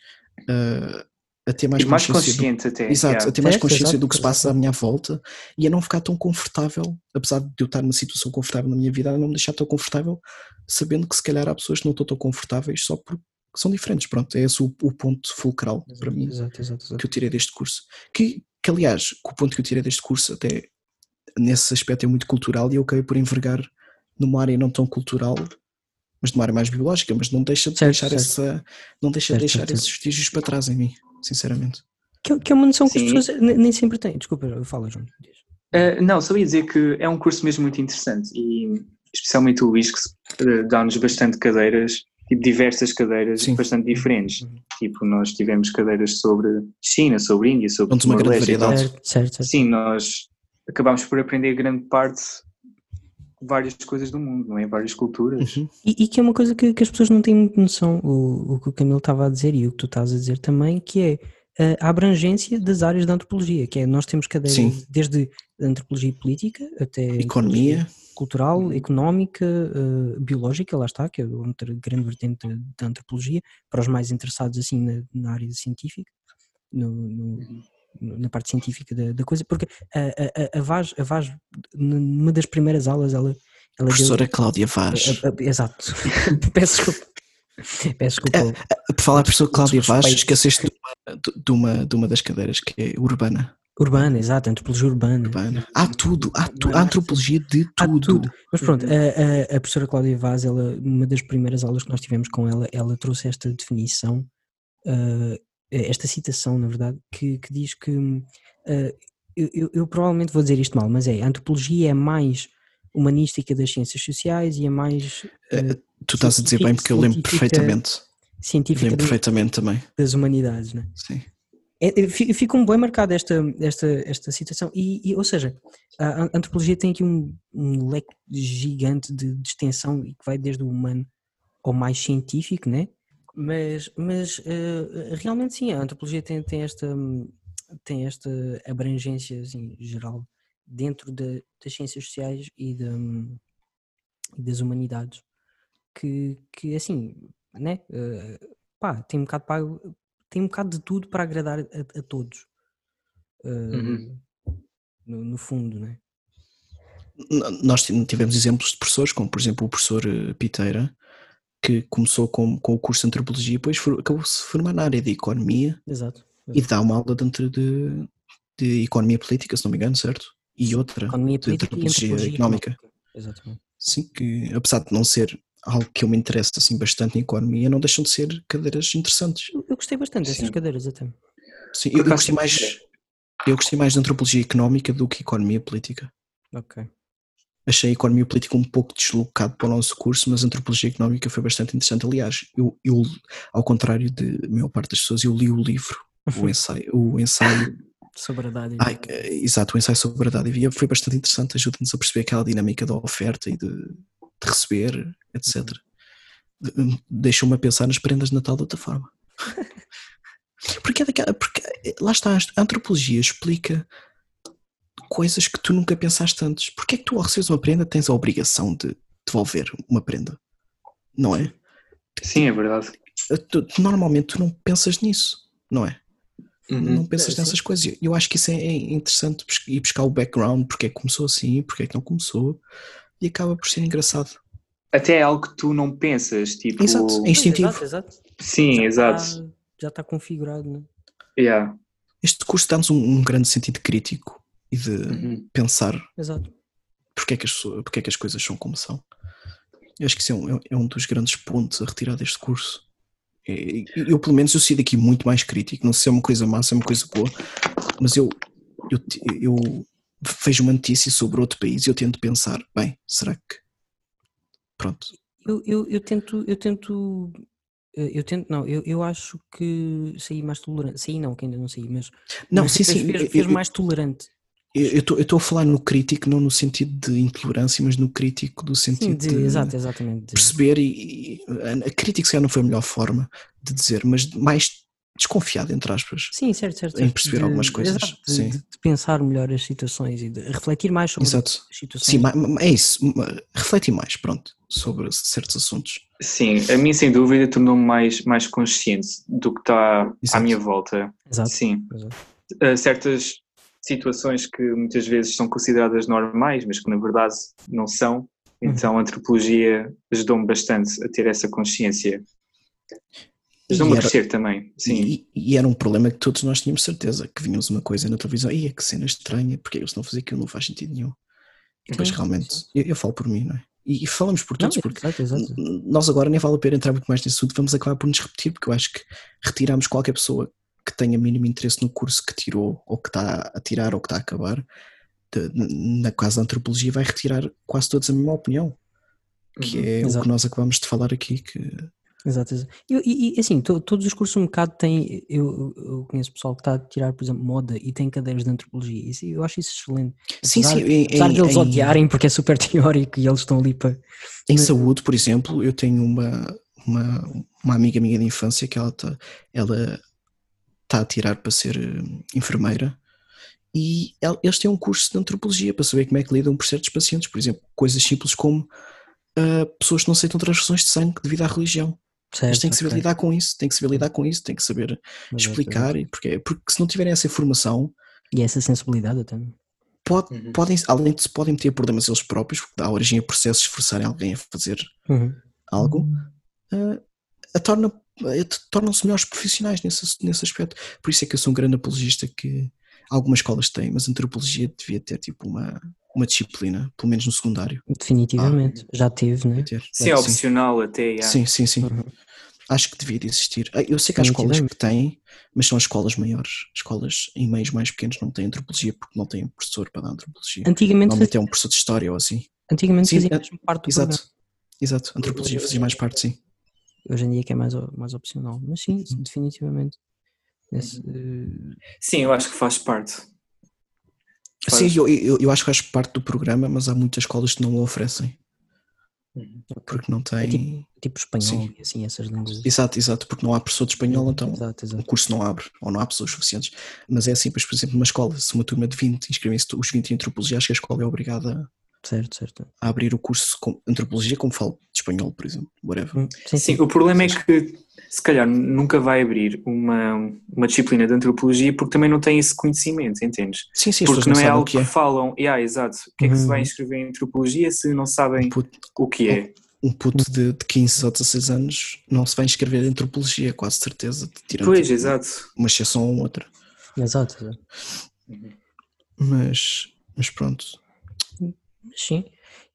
ah, até mais E mais consciência do- consciente até. Exato, yeah. a ter mais Certo, consciência exato, do que se passa à exato. minha volta e a não ficar tão confortável, apesar de eu estar numa situação confortável na minha vida, a não me deixar tão confortável, sabendo que se calhar há pessoas que não estão tão confortáveis só porque são diferentes. Pronto, é esse o, o ponto fulcral para mim Exato, exato, exato. que eu tirei deste curso. Que, que, aliás, que o ponto que eu tirei deste curso, até nesse aspecto, é muito cultural e eu acabei por envergar numa área não tão cultural, mas numa área mais biológica, mas não deixa de Certo, deixar, certo. Essa, não deixa Certo, de deixar certo, esses vestígios para trás em mim, sinceramente. Que, é- que é uma noção que as Sim. pessoas ne- nem sempre têm. Desculpa, fala, João. diz. Uh, não, só ia dizer que é um curso mesmo muito interessante e especialmente o Luís que se- uh, dá-nos bastante cadeiras, tipo diversas cadeiras Sim. bastante diferentes. Uhum. Tipo, nós tivemos cadeiras sobre China, sobre Índia, sobre Dão-nos uma grande Timor-Leste e tal. variedade. Certo, certo, certo. Sim, nós acabámos por aprender grande parte várias coisas do mundo, não é? Várias culturas. Uhum. E, e que é uma coisa que, que as pessoas não têm muito noção, o, o que o Camilo estava a dizer e o que tu estás a dizer também, que é eh, a abrangência das áreas da antropologia, que é nós temos cadeiras Sim. desde antropologia política até antropologia Economia, cultural, Uhum. económica, eh, biológica, lá está, que é outra grande vertente da- da antropologia, para os mais interessados assim na, na área científica, no- no- no- na parte científica da, da coisa, porque a, a, a- a Vaz, a Vaz, numa das primeiras aulas, ela, ela deu- professora Cláudia Vaz. a- a- É, exato. [laughs] Peço desculpa. Peço desculpa. Por falar, professor Cláudia Vaz, respeito. esqueceste de uma, de, uma, de uma das cadeiras que é urbana. Urbana, exato, antropologia urbana. urbana. Há tudo, há, tu, há antropologia de Há tudo. tudo. Mas pronto, a, a- a professora Cláudia Vaz, ela, numa das primeiras aulas que nós tivemos com ela, ela trouxe esta definição, ah, esta citação, na verdade, que, que diz que. ah, eu, eu- eu provavelmente vou dizer isto mal, mas é: a antropologia é mais humanística das ciências sociais e é mais Eh, Tu estás a dizer bem porque eu lembro Científica- perfeitamente. científica Lembro das- perfeitamente também. das humanidades, né? Sim. É, é, fi- Fica-me bem marcada esta, esta, esta citação. E, e, ou seja, a a antropologia tem aqui um, um leque gigante de, de extensão e que vai desde o humano ao mais científico, né? Mas, mas eh, realmente sim, a antropologia tem, tem, esta, hum, tem esta abrangência assim, geral dentro da- das ciências sociais e da, hum, e das humanidades que, que assim, né? eh, pá, tem um bocado para tem um bocado de tudo para agradar a, a todos. Uh, Uhum. no, no fundo, né? N- Nós t- tivemos exemplos de professores, como por exemplo o professor eh, Piteira, que começou com, com o curso de Antropologia e depois for- acabou-se de formar na área de Economia Exato. e dá uma aula dentro de, de Economia Política, se não me engano, certo? E outra, Economia de política e antropologia antropologia económica. Exatamente. sim, que apesar de não ser algo que eu me interesse assim bastante em Economia, não deixam de ser cadeiras interessantes. Eu, eu gostei bastante dessas Sim. cadeiras até. Sim, Por eu, eu gostei acaso sim. mais. Eu gostei mais de antropologia económica do que economia política. Ok. Achei a economia política um pouco deslocado para o nosso curso, mas a antropologia económica foi bastante interessante. Aliás, eu, eu ao contrário de a maior parte das pessoas, eu li o livro, Uhum. o ensaio, o ensaio, Sobre a dádiva. ai, que- exato, o ensaio sobre a dádiva, e foi bastante interessante, ajuda-nos a perceber aquela dinâmica da oferta e de, de receber, etc. De- hum, Deixou-me a pensar nas prendas de Natal de outra forma. Porque é daquela, porque lá está, a antropologia explica coisas que tu nunca pensaste antes. Porque é que tu ao receberes uma prenda tens a obrigação de devolver uma prenda? Não é? Eh, Sim, é verdade. Tu- tu- normalmente tu não pensas nisso, não é? Não pensas É, sim. nessas coisas. E Eu acho que isso é é interessante pes- ir buscar o background, porque é que começou assim, porque é que não começou, e acaba por ser engraçado. Até é algo que tu não pensas, tipo. Exato, é Pois, instintivo. Exato, exato. Sim, exato. Está- já está configurado, né? Yeah. Este curso dá-nos um, um grande sentido crítico e de Uhum. pensar Exato. porque é, que as, pessoas- porque é que as coisas são como são. Eu acho que isso é um, é um dos grandes pontos a retirar deste curso. É, Eu, pelo menos, eu saí daqui muito mais crítico. Não sei se é uma coisa má, se é uma coisa boa, mas eu, eu, te- eu vejo uma notícia sobre outro país e eu tento pensar: bem, será que. Pronto. Eu, eu, eu tento, eu tento, eh, eu tento, não, eu, eu acho que saí mais tolerante. Saí não, que ainda não saí, mas. Não, mas sim, fez- sim. Fez, eu- fez eu- mais tolerante. Eu estou a falar no crítico, não no sentido de intolerância, mas no crítico do Sim, sentido de, de exato, exatamente. de- perceber e, e a, a crítica se calhar não foi a melhor forma de dizer, mas mais desconfiado, entre aspas. Sim, certo, certo. em certo. perceber algumas coisas, exato, de, sim. de- de pensar melhor as situações e de refletir mais sobre Exato. as situações. Sim, ma- ma- é isso. Ma- Reflete mais, pronto, sobre certos assuntos. Sim, a mim sem dúvida tornou-me mais, mais consciente do que está à Exato. minha volta. Exato. Sim. Exato. Uh, certas situações que muitas vezes são consideradas normais, mas que na verdade não são. Uhum. Então a antropologia ajudou-me bastante a ter essa consciência. Ajudou-me E a era- crescer também. Sim, E, e era um problema que todos nós tínhamos certeza, que vínhamos uma coisa na televisão, e é que cena estranha, porque eles não fazem aquilo, não faz sentido nenhum. E depois Sim, realmente, sim. eu, eu falo por mim, não é? E, e falamos por Não, todos, porque exato, exato. n- nós agora nem vale a pena entrar muito mais nesse assunto, vamos acabar por nos repetir, porque eu acho que retiramos qualquer pessoa que tenha mínimo interesse no curso que tirou, ou que está a tirar, ou que está a acabar, de- n- na casa da antropologia, vai retirar quase todos a mesma opinião, que é o Uhum. Exato. que nós acabamos de falar aqui, que Exato, exato. E- E, e, assim, to- todos os cursos um bocado têm. Eu, eu conheço pessoal que está a tirar, por exemplo, moda e tem cadeiras de antropologia. Isso, eu acho isso excelente. sim, sim, em, Apesar em- de eles em- odiarem porque é super [laughs] teórico e eles estão ali para. Em Mas- saúde, por exemplo, eu tenho uma, uma, uma amiga minha de infância que ela, tá- ela está a tirar para ser hum, enfermeira e el- eles têm um curso de antropologia para saber como é que lidam por certos pacientes, por exemplo, coisas simples como ah, pessoas que não aceitam transfusões de sangue devido à religião. É, Eles têm que saber lidar com isso, têm que saber lidar com isso, têm que saber explicar e porque, porque se não tiverem essa informação, é E essa sensibilidade até. pode, Uhum. podem, além de se podem ter problemas eles próprios, porque dá origem a processos de forçarem alguém a fazer algo, ah, a torna, eh, t- tornam-se melhores profissionais nesse, nesse aspecto. Por isso é que eu sou um grande apologista que algumas escolas têm, mas a antropologia devia ter tipo uma, uma disciplina, pelo menos no secundário. Definitivamente. Ah. Já teve, né? Devia ter. Sim, é sim. opcional até. yeah. Sim, sim, sim. Uhum. Acho que devia de existir. Ah, Eu sei que há Sim, escolas sim. que têm, mas são as escolas maiores. Escolas em meios mais pequenos não têm antropologia porque não têm professor para dar antropologia. Antigamente, Normalmente fazia, é um professor de história ou assim. antigamente Sim, fazia é- mesmo parte do programa. Exato. Exato. Antropologia é, fazia mais parte, sim. Hoje em dia é que é mais, o- mais opcional. Mas sim, Uhum. definitivamente. Esse, eh, Sim, eu acho que faz parte. Faz- Sim, eu, eu, eu acho que faz parte do programa, mas há muitas escolas que não o oferecem. Uhum. Porque não têm. tipo espanhol Sim. e assim, essas línguas. Exato, exato, porque não há professor de espanhol, então Exato, o exato. curso não abre, ou não há pessoas suficientes. Mas é assim, pois, por exemplo, numa escola, se uma turma de 20 inscrevem-se os 20 em antropologia, acho que a escola é obrigada Certo, certo. a abrir o curso com antropologia, como falo de espanhol, por exemplo, whatever. Hum, Sim, sim. Sim, o problema é que se calhar nunca vai abrir uma, uma disciplina de antropologia porque também não tem esse conhecimento, entendes? Sim, sim, as pessoas Porque não, não é sabem algo o que que, é. Hum. falam. Yeah, exato. O que é que se vai Uhum. inscrever em antropologia se não sabem Um puto, o que é? um puto de, de 15 ou 16 anos não se vai inscrever em antropologia, quase certeza, tirando Pois, tipo, exato. uma exceção ou outra. Exato, exato. Mas, mas pronto. Mas Sim.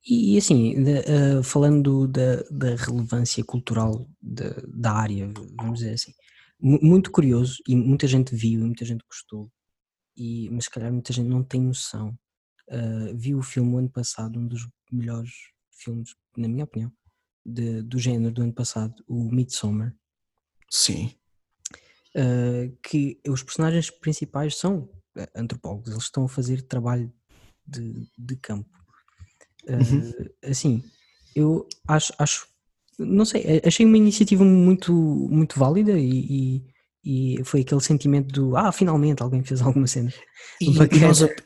E, e assim, da- eh, falando da, da relevância cultural da, da área, vamos dizer assim, mu- muito curioso e muita gente viu e muita gente gostou, e, mas se calhar muita gente não tem noção. Eh, vi o filme o ano passado, um dos melhores filmes, na minha opinião, de- do género do ano passado, o Midsommar. Sim, uh, que os personagens principais são uh, antropólogos, eles estão a fazer trabalho de, de campo. Uh, Uhum. Assim, eu acho, acho, não sei, a- achei uma iniciativa muito, muito válida e, e, e foi aquele sentimento do ah, finalmente alguém fez alguma cena. E, e nós, ap-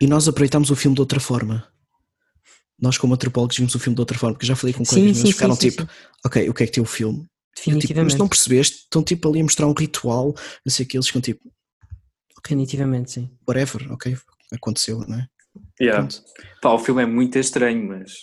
e nós aproveitámos o filme de outra forma. Nós, como antropólogos, vimos o filme de outra forma, porque já falei com colegas meus, ficaram tipo, ok, o que é que tem o filme? Eu, tipo, mas definitivamente. não percebeste? Estão tipo ali a mostrar um ritual, não sei o que, eles ficam tipo, Definitivamente, sim. whatever, ok, aconteceu, não é? Yeah. Pronto. Pá, o filme é muito estranho, mas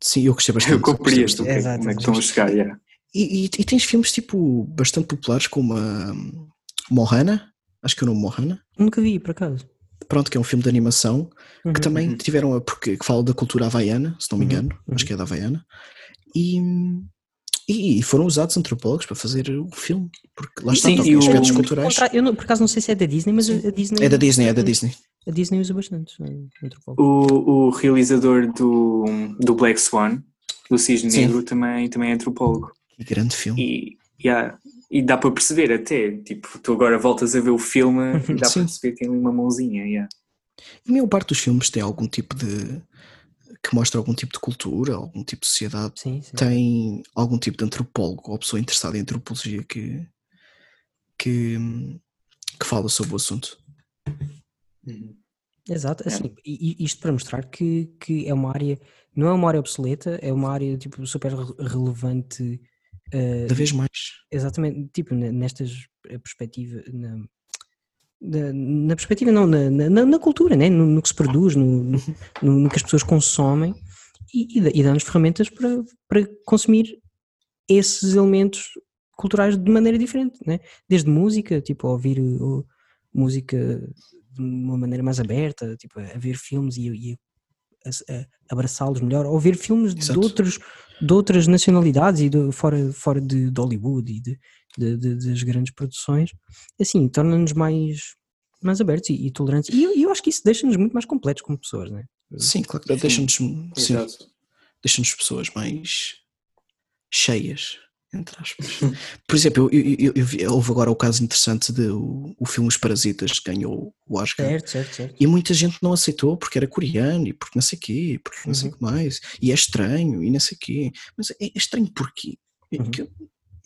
Sim, eu gostei bastante. [laughs] eu compreendo o gostei que bastante. é, Exato, como é que exato. estão a chegar. yeah. E, e- e tens filmes tipo bastante populares, como a um, Mohana, acho que é o nome Mohana, Nunca vi, por acaso. pronto, que é um filme de animação, Uhum. que também Uhum. tiveram a, porque que fala da cultura havaiana, se não me Uhum, engano, uhum. acho que é da Havaiana, e, e foram usados antropólogos para fazer o filme, porque lá está, Sim, tocam e em o- aspectos o culturais. Contra- Eu não- por acaso não sei se é da Disney, mas a, a Disney É da Disney, é da Disney. A Disney usa bastante eh, antropólogos. O, o realizador do, do Black Swan, do Cisne Sim. Negro, também, também é antropólogo. Que grande filme. E, e há- e dá para perceber até, tipo, tu agora voltas a ver o filme e dá Uhum. Sim. para perceber que tem ali uma mãozinha. yeah. E a maior parte dos filmes tem algum tipo de. que mostra algum tipo de cultura, algum tipo de sociedade. Sim, sim. Tem algum tipo de antropólogo ou pessoa interessada em antropologia que. que, que fala sobre o assunto. Exato, É. assim, e- e isto para mostrar que, que é uma área, não é uma área obsoleta, é uma área tipo super re- relevante, eh, Cada vez mais. exatamente, tipo ne- nestas eh, perspectiva, na, na, na perspectiva não, na, na- na, na cultura, né? no, no que se produz, no, no, no- no que as pessoas consomem e, e dá- e dá-nos ferramentas para, para consumir esses elementos culturais de maneira diferente, né? desde música, tipo a ouvir uh, uh, música de uma maneira mais aberta, tipo a a ver filmes e, e a- a- abraçá-los melhor, ou ver filmes de, Exato. outros, de outras nacionalidades e de, fora, fora de, de Hollywood e de, de- de- das grandes produções, assim, torna-nos mais, mais abertos e, e tolerantes. E eu, eu acho que isso deixa-nos muito mais completos como pessoas, né? Sim, claro que deixa-nos. sim. Exato. deixam-nos pessoas mais cheias, entre aspas. Por exemplo, eu, eu- eu- eu vi- houve agora o caso interessante de o, o filme Os Parasitas que ganhou o Oscar. Certo, certo, certo. E muita gente não aceitou porque era coreano e porque não sei quê, e porque não sei o que mais, e é estranho e não sei quê. Mas é é estranho porquê? É Uhum. que eu-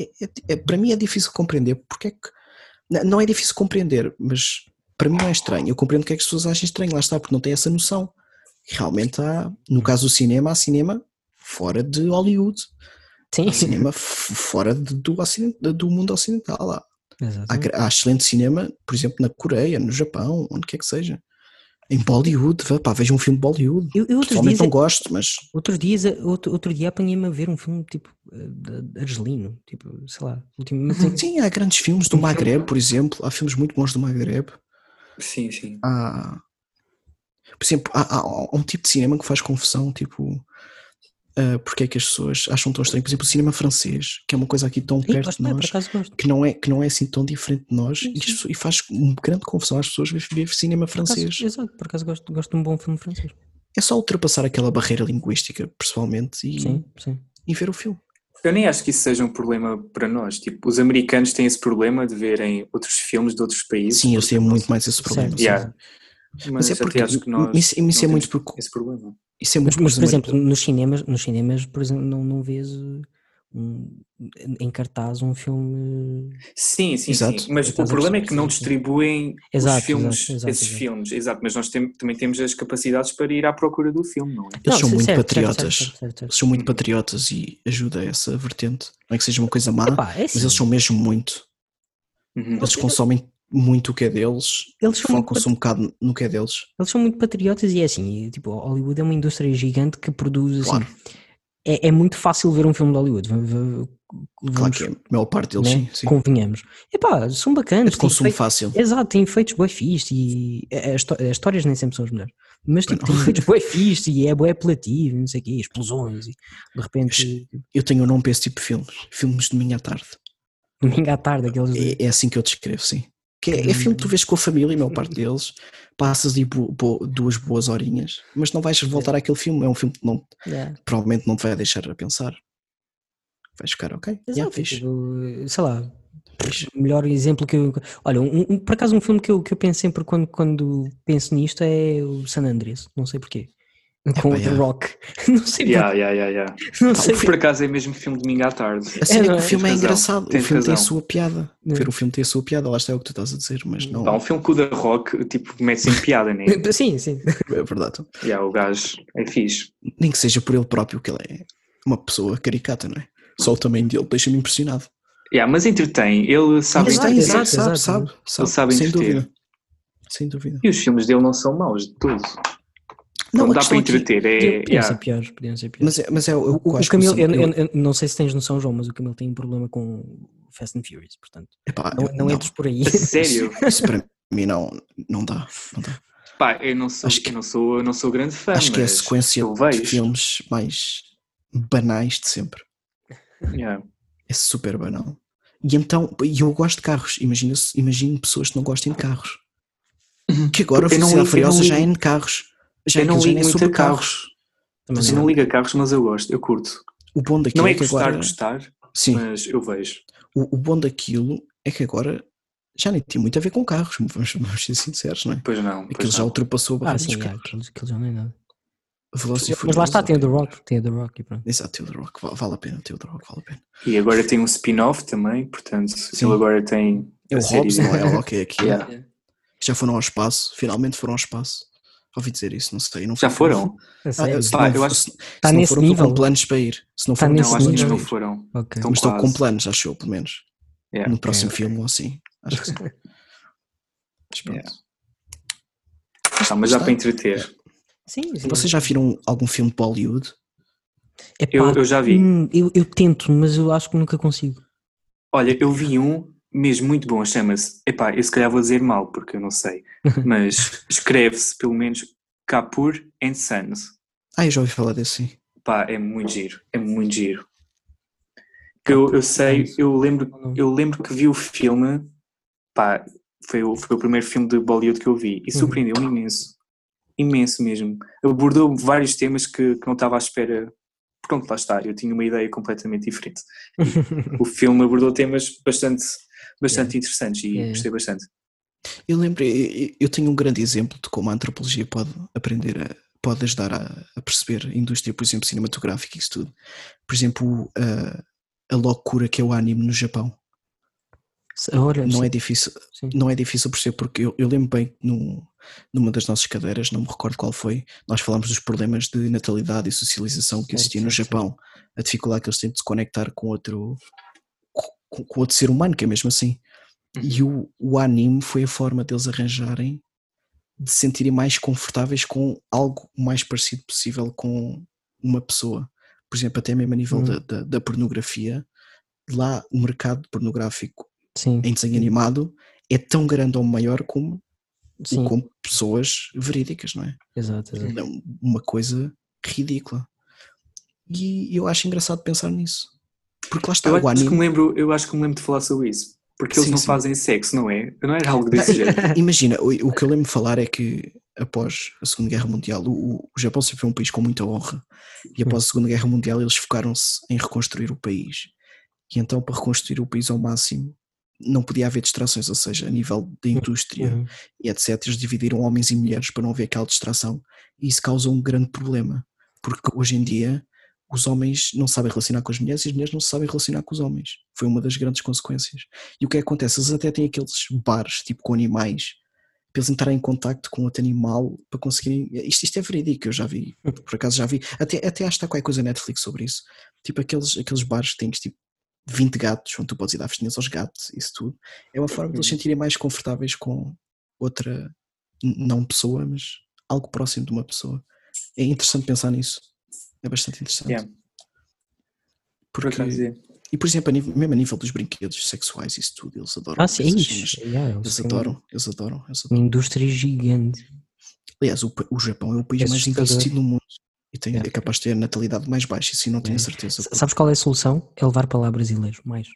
é- é- é- para mim é difícil compreender porque é que Não, não é difícil compreender, mas para mim não é estranho. Eu compreendo que é que as pessoas acham estranho, lá está, porque não têm essa noção. Realmente há, no caso do cinema, há cinema fora de Hollywood. Ah, Sim. [laughs] Há cinema f- fora de- do, ociden- do mundo ocidental. Há, Exato. há, gra- há excelente cinema, por exemplo, na Coreia, no Japão, onde quer que seja. Em Bollywood, vá, pá, veja um filme de Bollywood. Eu, eu outros Pessoalmente dias, é- não gosto, mas outros dias, é- outro, outro dia apanhei-me a ver um filme tipo eh, de- de argelino, tipo, sei lá, ultimamente. sim, há grandes filmes do Maghreb, por exemplo. Há filmes muito bons do Maghreb. Sim, sim. há, por exemplo, há, há- há um tipo de cinema que faz confusão, tipo, ah, porque é que as pessoas acham tão estranho, por exemplo, o cinema francês, que é uma coisa aqui tão Ih, lá perto de está, por nós, acaso gosto. que não é, que não é assim tão diferente de nós, Sim, e, as- e faz uma grande confusão às pessoas ver, ver cinema Por acaso- francês. exato, por acaso gosto, gosto de um bom filme francês. É só ultrapassar aquela barreira linguística, pessoalmente, e, Sim, sim. e ver o filme. Eu nem acho que isso seja um problema para nós. Tipo, os americanos têm esse problema de verem outros filmes de outros países. Sim, eu sei muito mais esse problema. Certo, sim. Yeah. certo. Mas, Mas é até porque acho que nós isso, isso é não muito temos porque esse problema. isso é Mas, muito mas, por porque os exemplo, nos cinemas, nos cinemas por exemplo, não, não vês uh, um, em cartaz um filme. Sim, sim, Exato. sim. Mas o Estás a problema é perceber, que não sim, sim. distribuem Exato, os filmes, exato, exato, esses exato. filmes, exato. Mas nós tem- também temos as capacidades para ir à procura do filme, não é? Eles Não, são cer- muito certo, certo, patriotas. certo, certo, certo. Eles são muito patriotas e ajuda essa vertente. Não é que seja uma coisa má, Epá, é mas eles assim, são mesmo muito. Uhum. Eles consomem muito o que é deles, Eles são muito focam-se um bocado no que é deles. Eles são muito patriotas e é assim, e, tipo, Hollywood é uma indústria gigante que produz assim. Claro. É, é muito fácil ver um filme de Hollywood. v- v- Claro Vamos, que é, a maior parte deles, né? sim. sim. Convenhamos. Epá, são É bacanas. de têm consumo efeitos- fácil. Exato, tem efeitos boi fixe e é- é histó- as histórias nem sempre são as melhores. Mas tipo, tem [laughs] efeitos boi fixe e é boi apelativo, e não sei o quê, explosões e de repente Eu tenho o nome para esse tipo de filmes. Filmes de domingo à tarde. domingo à tarde aqueles. Uhum. É, é assim que eu descrevo, sim. Que é, é filme que tu vês com a família, a maior parte deles. Passas ali bo- bo- duas boas horinhas, mas não vais voltar àquele filme. É um filme que não, Yeah. provavelmente não te vai deixar a pensar. Vais ficar, ok? Yeah, Exato, é fixe. tipo, sei lá, o melhor exemplo que eu. Olha, um, um- por acaso um filme que eu, que eu penso sempre quando, quando penso nisto é o San Andreas, não sei porquê. Com o The yeah. Rock. [laughs] Não sei Yeah, yeah, yeah, yeah. porquê. Não sei o Por acaso é mesmo filme domingo à tarde. A cena é, não que é? o filme é Tens razão, engraçado, o tens filme tem a razão. Uhum. sua piada. Não. Ver o filme tem a sua piada, lá está é o que tu estás a dizer, mas não. Pá, um filme com o The Rock, tipo, mete-se em [laughs] piada, né? porquê. Sim, sim. É verdade. yeah, o gajo é fixe. Nem que seja por ele próprio, que ele é uma pessoa caricata, não é? Só o tamanho dele deixa-me impressionado. Yeah, mas entretém, ele sabe Ele Exato, tem, entreter. exato, sabe, sabe, exato. sabe, sabe, sabe sem entreter. dúvida. Sem dúvida. E os filmes dele não são maus de tudo. Não, Não, a dá para questão aqui- entreter. É, Podiam, podiam yeah. ser piores, podiam ser piores. Mas é, mas é o, o, o- o acho que Camilo, são- eu, eu- eu- eu não sei se tens noção, João, mas o Camilo tem um problema com Fast and Furious, portanto. epá, Não, Ah, eu- não é entres por aí. A Sério? é Isso para mim não, não dá. Não dá. Pá, eu não sou, Acho que- eu não sou, eu não sou grande fã. Acho que é a mas sequência eu de vejo. filmes mais banais de sempre. Yeah. É super banal. E então, e eu gosto de carros. Imagina, imagina pessoas que não gostem de carros. Que agora a Uhum. Eu não Velocidade ligo, eu não Furiosa já é ligo. em carros. Já, Eu não aquilo já ligo nem é muito sobre a carros. [laughs] Também Eu não. é não ligo a carros, mas eu gosto, eu curto. O bom daquilo Não é que gostar, agora. gostar, Sim, mas eu vejo. o, o bom daquilo é que agora já nem tem muito a ver com carros, [laughs] vamos, vamos ser sinceros, não é? Pois não. Pois Aquilo já não. ultrapassou a barreira Ah, sim, dos é, carros. aqueles, aqueles já não é nada. Velocidade Mas lá Furiosa. está, tem o The Rock, tem o The Rock e pronto. Exato, tem o The Rock, va- vale a pena, tem o The Rock, vale a pena. E agora tem um spin-off também, portanto, Sim. ele agora tem. É o a série Hobbs, dele. não [laughs] é? O ok, aqui. [laughs] Yeah. Já foram ao espaço, finalmente foram ao espaço. Ouvi dizer isso, não sei. Não Já foram? A Ah, sério. se Pá, não- eu acho- se- Está se não Tá nesse foram, estão nível. com planos para ir. Se não Está foram, nesse Não, acho que nível. eles para não ir. foram. Ok. Estão Mas estão com Então quase. planos, acho eu, pelo menos. Yeah. No próximo filme ou assim. Acho [laughs] que sim. Mas pronto. Yeah. Tá, mas já Está. para entreter. Sim, sim. Vocês já viram algum filme de Bollywood? Epá, Eu, eu já vi. hum, eu, eu tento, mas eu acho que nunca consigo. Olha, eu vi um mesmo muito bom, chama-se. Epá, eu se calhar vou dizer mal, porque eu não sei. Mas escreve-se pelo menos Kapoor and Sons. Ah, eu já ouvi falar desse, sim. Pá, é muito giro, é muito giro. Eu, eu sei, eu lembro, eu lembro que vi o filme, pá, foi o, foi o primeiro filme de Bollywood que eu vi e Uhum. surpreendeu-me imenso, imenso mesmo. Abordou vários temas que, que não estava à espera, pronto, lá está, eu tinha uma ideia completamente diferente. [laughs] O filme abordou temas bastante, bastante É. interessantes e Yeah. gostei bastante. Eu lembro, eu, eu tenho um grande exemplo de como a antropologia pode aprender a pode ajudar a, a perceber a indústria, por exemplo, cinematográfica e isso tudo. Por exemplo, a, a loucura que é o anime no Japão. Se- Olha, assim. Não sim, é difícil, sim. não é difícil por ser, porque eu, eu lembro bem que num- numa das nossas cadeiras, não me recordo qual foi, nós falámos dos problemas de natalidade e socialização que Certo, existia no certo, Japão, a dificuldade que eles têm de se conectar com outro, com, com outro ser humano, que é mesmo assim. E o, o anime foi a forma deles arranjarem de se sentirem mais confortáveis com algo o mais parecido possível com uma pessoa. Por exemplo, até mesmo a nível Hum. da, da- da pornografia, lá o mercado pornográfico Sim, em desenho animado é tão grande ou maior como, sim, como pessoas verídicas, não é? exato, exato. É uma coisa ridícula. E eu acho engraçado pensar nisso. Porque lá está Eu Ah, o acho, que anime. me lembro, eu acho que me lembro de falar sobre isso. Porque eles Sim, não sim. É fazem sexo, não é? Não era algo [laughs] desse género. Imagina, o, o que eu lembro de falar é que após a Segunda Guerra Mundial, o, o Japão sempre foi um país com muita honra. E após a Segunda Guerra Mundial, eles focaram-se em reconstruir o país. E então, para reconstruir o país ao máximo, não podia haver distrações, ou seja, a nível da indústria, Uhum. e etc. Eles dividiram homens e mulheres para não haver aquela distração. E isso causou um grande problema, porque hoje em dia os homens não sabem relacionar com as mulheres e as mulheres não se sabem relacionar com os homens. Foi uma das grandes consequências. E o que é que acontece? Eles até têm aqueles bares, tipo com animais, para eles entrarem em contacto com outro animal para conseguirem. Isto, isto é verídico, eu já [laughs] vi, por acaso já vi. Até, até acho que está qualquer coisa na Netflix sobre isso. Tipo aqueles, aqueles bares que têm tipo 20 gatos, onde tu podes ir dar festinhas aos gatos, isso tudo. É uma forma de eles Uhum. se sentirem mais confortáveis com outra, n- não pessoa, mas algo próximo de uma pessoa. É interessante pensar nisso. É bastante interessante. Yeah. Por Porque, acaso, é. e por exemplo, a nível- mesmo a nível dos brinquedos sexuais, isso tudo, eles adoram. Ah, sim, essas cenas. isso. yeah, eles Eles têm adoram, eles adoram, eles adoram. Uma indústria gigante. Aliás, o, pa- o Japão é o país É mais assustador. investido no mundo e tem, Yeah. é capaz de ter a natalidade mais baixa, isso eu não tenho a Yeah. certeza. S- Sabes qual é a solução? É levar para lá brasileiros, [laughs] mais.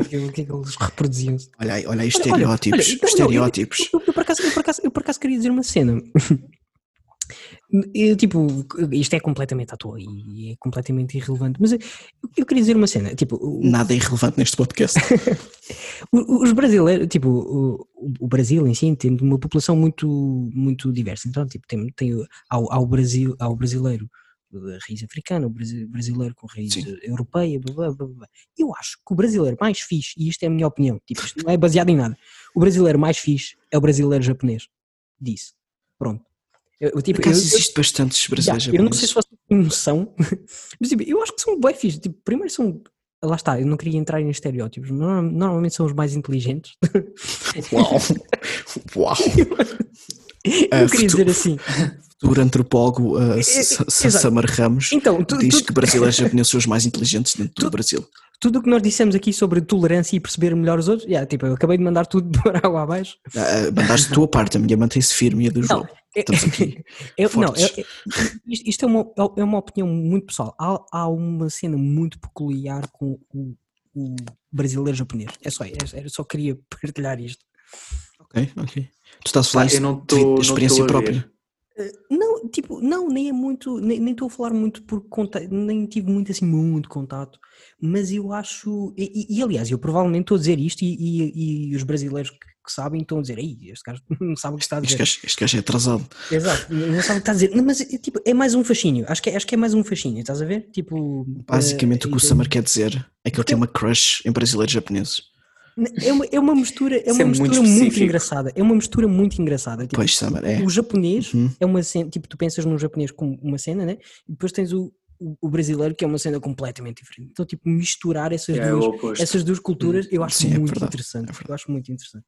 Aquilo que eles reproduziam-se. Olha, aí- olha aí Olha, olha, estereótipos, olha, então, não, não, estereótipos. Eu, eu por acaso, eu por acaso- eu por acaso queria dizer uma cena. [laughs] Eu, tipo, isto é completamente à toa e é completamente irrelevante, mas eu, eu queria dizer uma cena. Tipo, o- Nada é irrelevante [laughs] neste podcast. o- os brasileiros, tipo, o, o Brasil em si tem uma população muito, muito diversa. Então, tipo, tem, tem o- ao, ao Brasil, ao brasileiro eh, raiz africana, o brasi- brasileiro com raiz Sim. eh, europeia, blá, blá, blá, blá. Eu acho que o brasileiro mais fixe, e isto é a minha opinião, tipo, isto não é baseado em nada. O brasileiro mais fixe é o brasileiro japonês. Disse. Pronto. Eu, eu, tipo, Por acaso eu- eu- existe bastantes brasileiros Yeah, eu não sei japoneses. se vocês têm noção, [laughs] mas tipo, eu acho que são bem fixos. Tipo, primeiro são. Lá está, eu não queria entrar em estereótipos, mas norma- normalmente são os mais inteligentes. [laughs] Uau! Uau! [laughs] Ah, eu queria futu- dizer assim. Futuro antropólogo ah, é, S- S- exato. Samar Ramos Então, tu- diz tu- que [laughs] brasileiros japoneses são os mais inteligentes dentro do Tudo- Brasil. tudo o que nós dissemos aqui sobre tolerância e perceber melhor os outros, yeah, tipo, eu acabei de mandar tudo [laughs] para água abaixo. Ah, mandaste a tua parte, a minha mantém-se firme e a do João. Estamos [laughs] aqui. Eu- É, não, fortes. eu- eu- isto, isto é, uma, é uma opinião muito pessoal. Há, há uma cena muito peculiar com o, o brasileiro japonês. É só, é- eu só queria partilhar isto. Ok, ok. Tu estás a falar Pá, isto eu não tô- devido não à experiência tô a ver. própria. Não, tipo, não, nem é muito, nem nem estou a falar muito por conta, nem tive muito assim, muito contato, mas eu acho, e, e- e, aliás, eu provavelmente estou a dizer isto e, e- e os brasileiros que, que sabem estão a dizer, ei, este gajo [laughs] não sabe o que está a dizer. Este gajo, [laughs] este gajo é atrasado. Exato, não sabe o que está a dizer, Não, mas é, tipo, é mais um fascínio, acho que, é- acho que é mais um fascínio, estás a ver? Tipo, Basicamente, eh, o que o então, Samar quer dizer é que ele tem uma crush em brasileiros japoneses. é uma, é uma mistura, é Isso uma é muito mistura muito, específico. engraçada, é uma mistura muito engraçada, tipo, Pois, Samar, é. o japonês Uhum. é uma cena, tipo, tu pensas num japonês como uma cena, né? E depois tens o, o, o brasileiro que é uma cena completamente diferente. Então, tipo, misturar essas, É o duas, oposto. essas duas culturas eu acho Sim, é muito verdade, interessante. é verdade. eu acho muito interessante.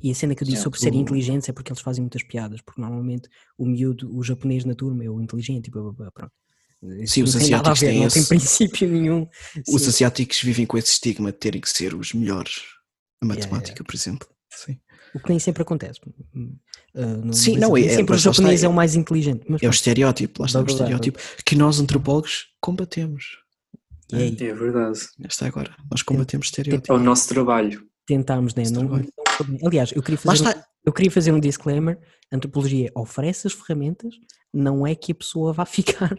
E a cena que eu disse Sim, sobre serem o- inteligentes é porque eles fazem muitas piadas, porque normalmente o miúdo, o japonês na turma é o inteligente e blá, blá, blá, pronto. Isso Sim, os não tem nada a asiáticos ver, têm não tem esse- princípio nenhum. Os Sim. asiáticos vivem com esse estigma de terem que ser os melhores. A Yeah, matemática, por exemplo. Sim. É O que nem sempre acontece. Hum, ah, no Sim, Brasil, não, é- nem é- sempre o mas lá está, japonês é é- o mais inteligente. Mas É o pronto, é estereótipo, lá está o Blá, blá, blá. estereótipo, que nós antropólogos combatemos. e é É verdade. Já está agora. Nós combatemos estereótipos. É o nosso trabalho. tentámos, né? Esse Não, trabalho. não- aliás, eu queria, Lá fazer um, está. eu queria fazer um disclaimer: a antropologia oferece as ferramentas, não é que a pessoa vá [laughs] ficar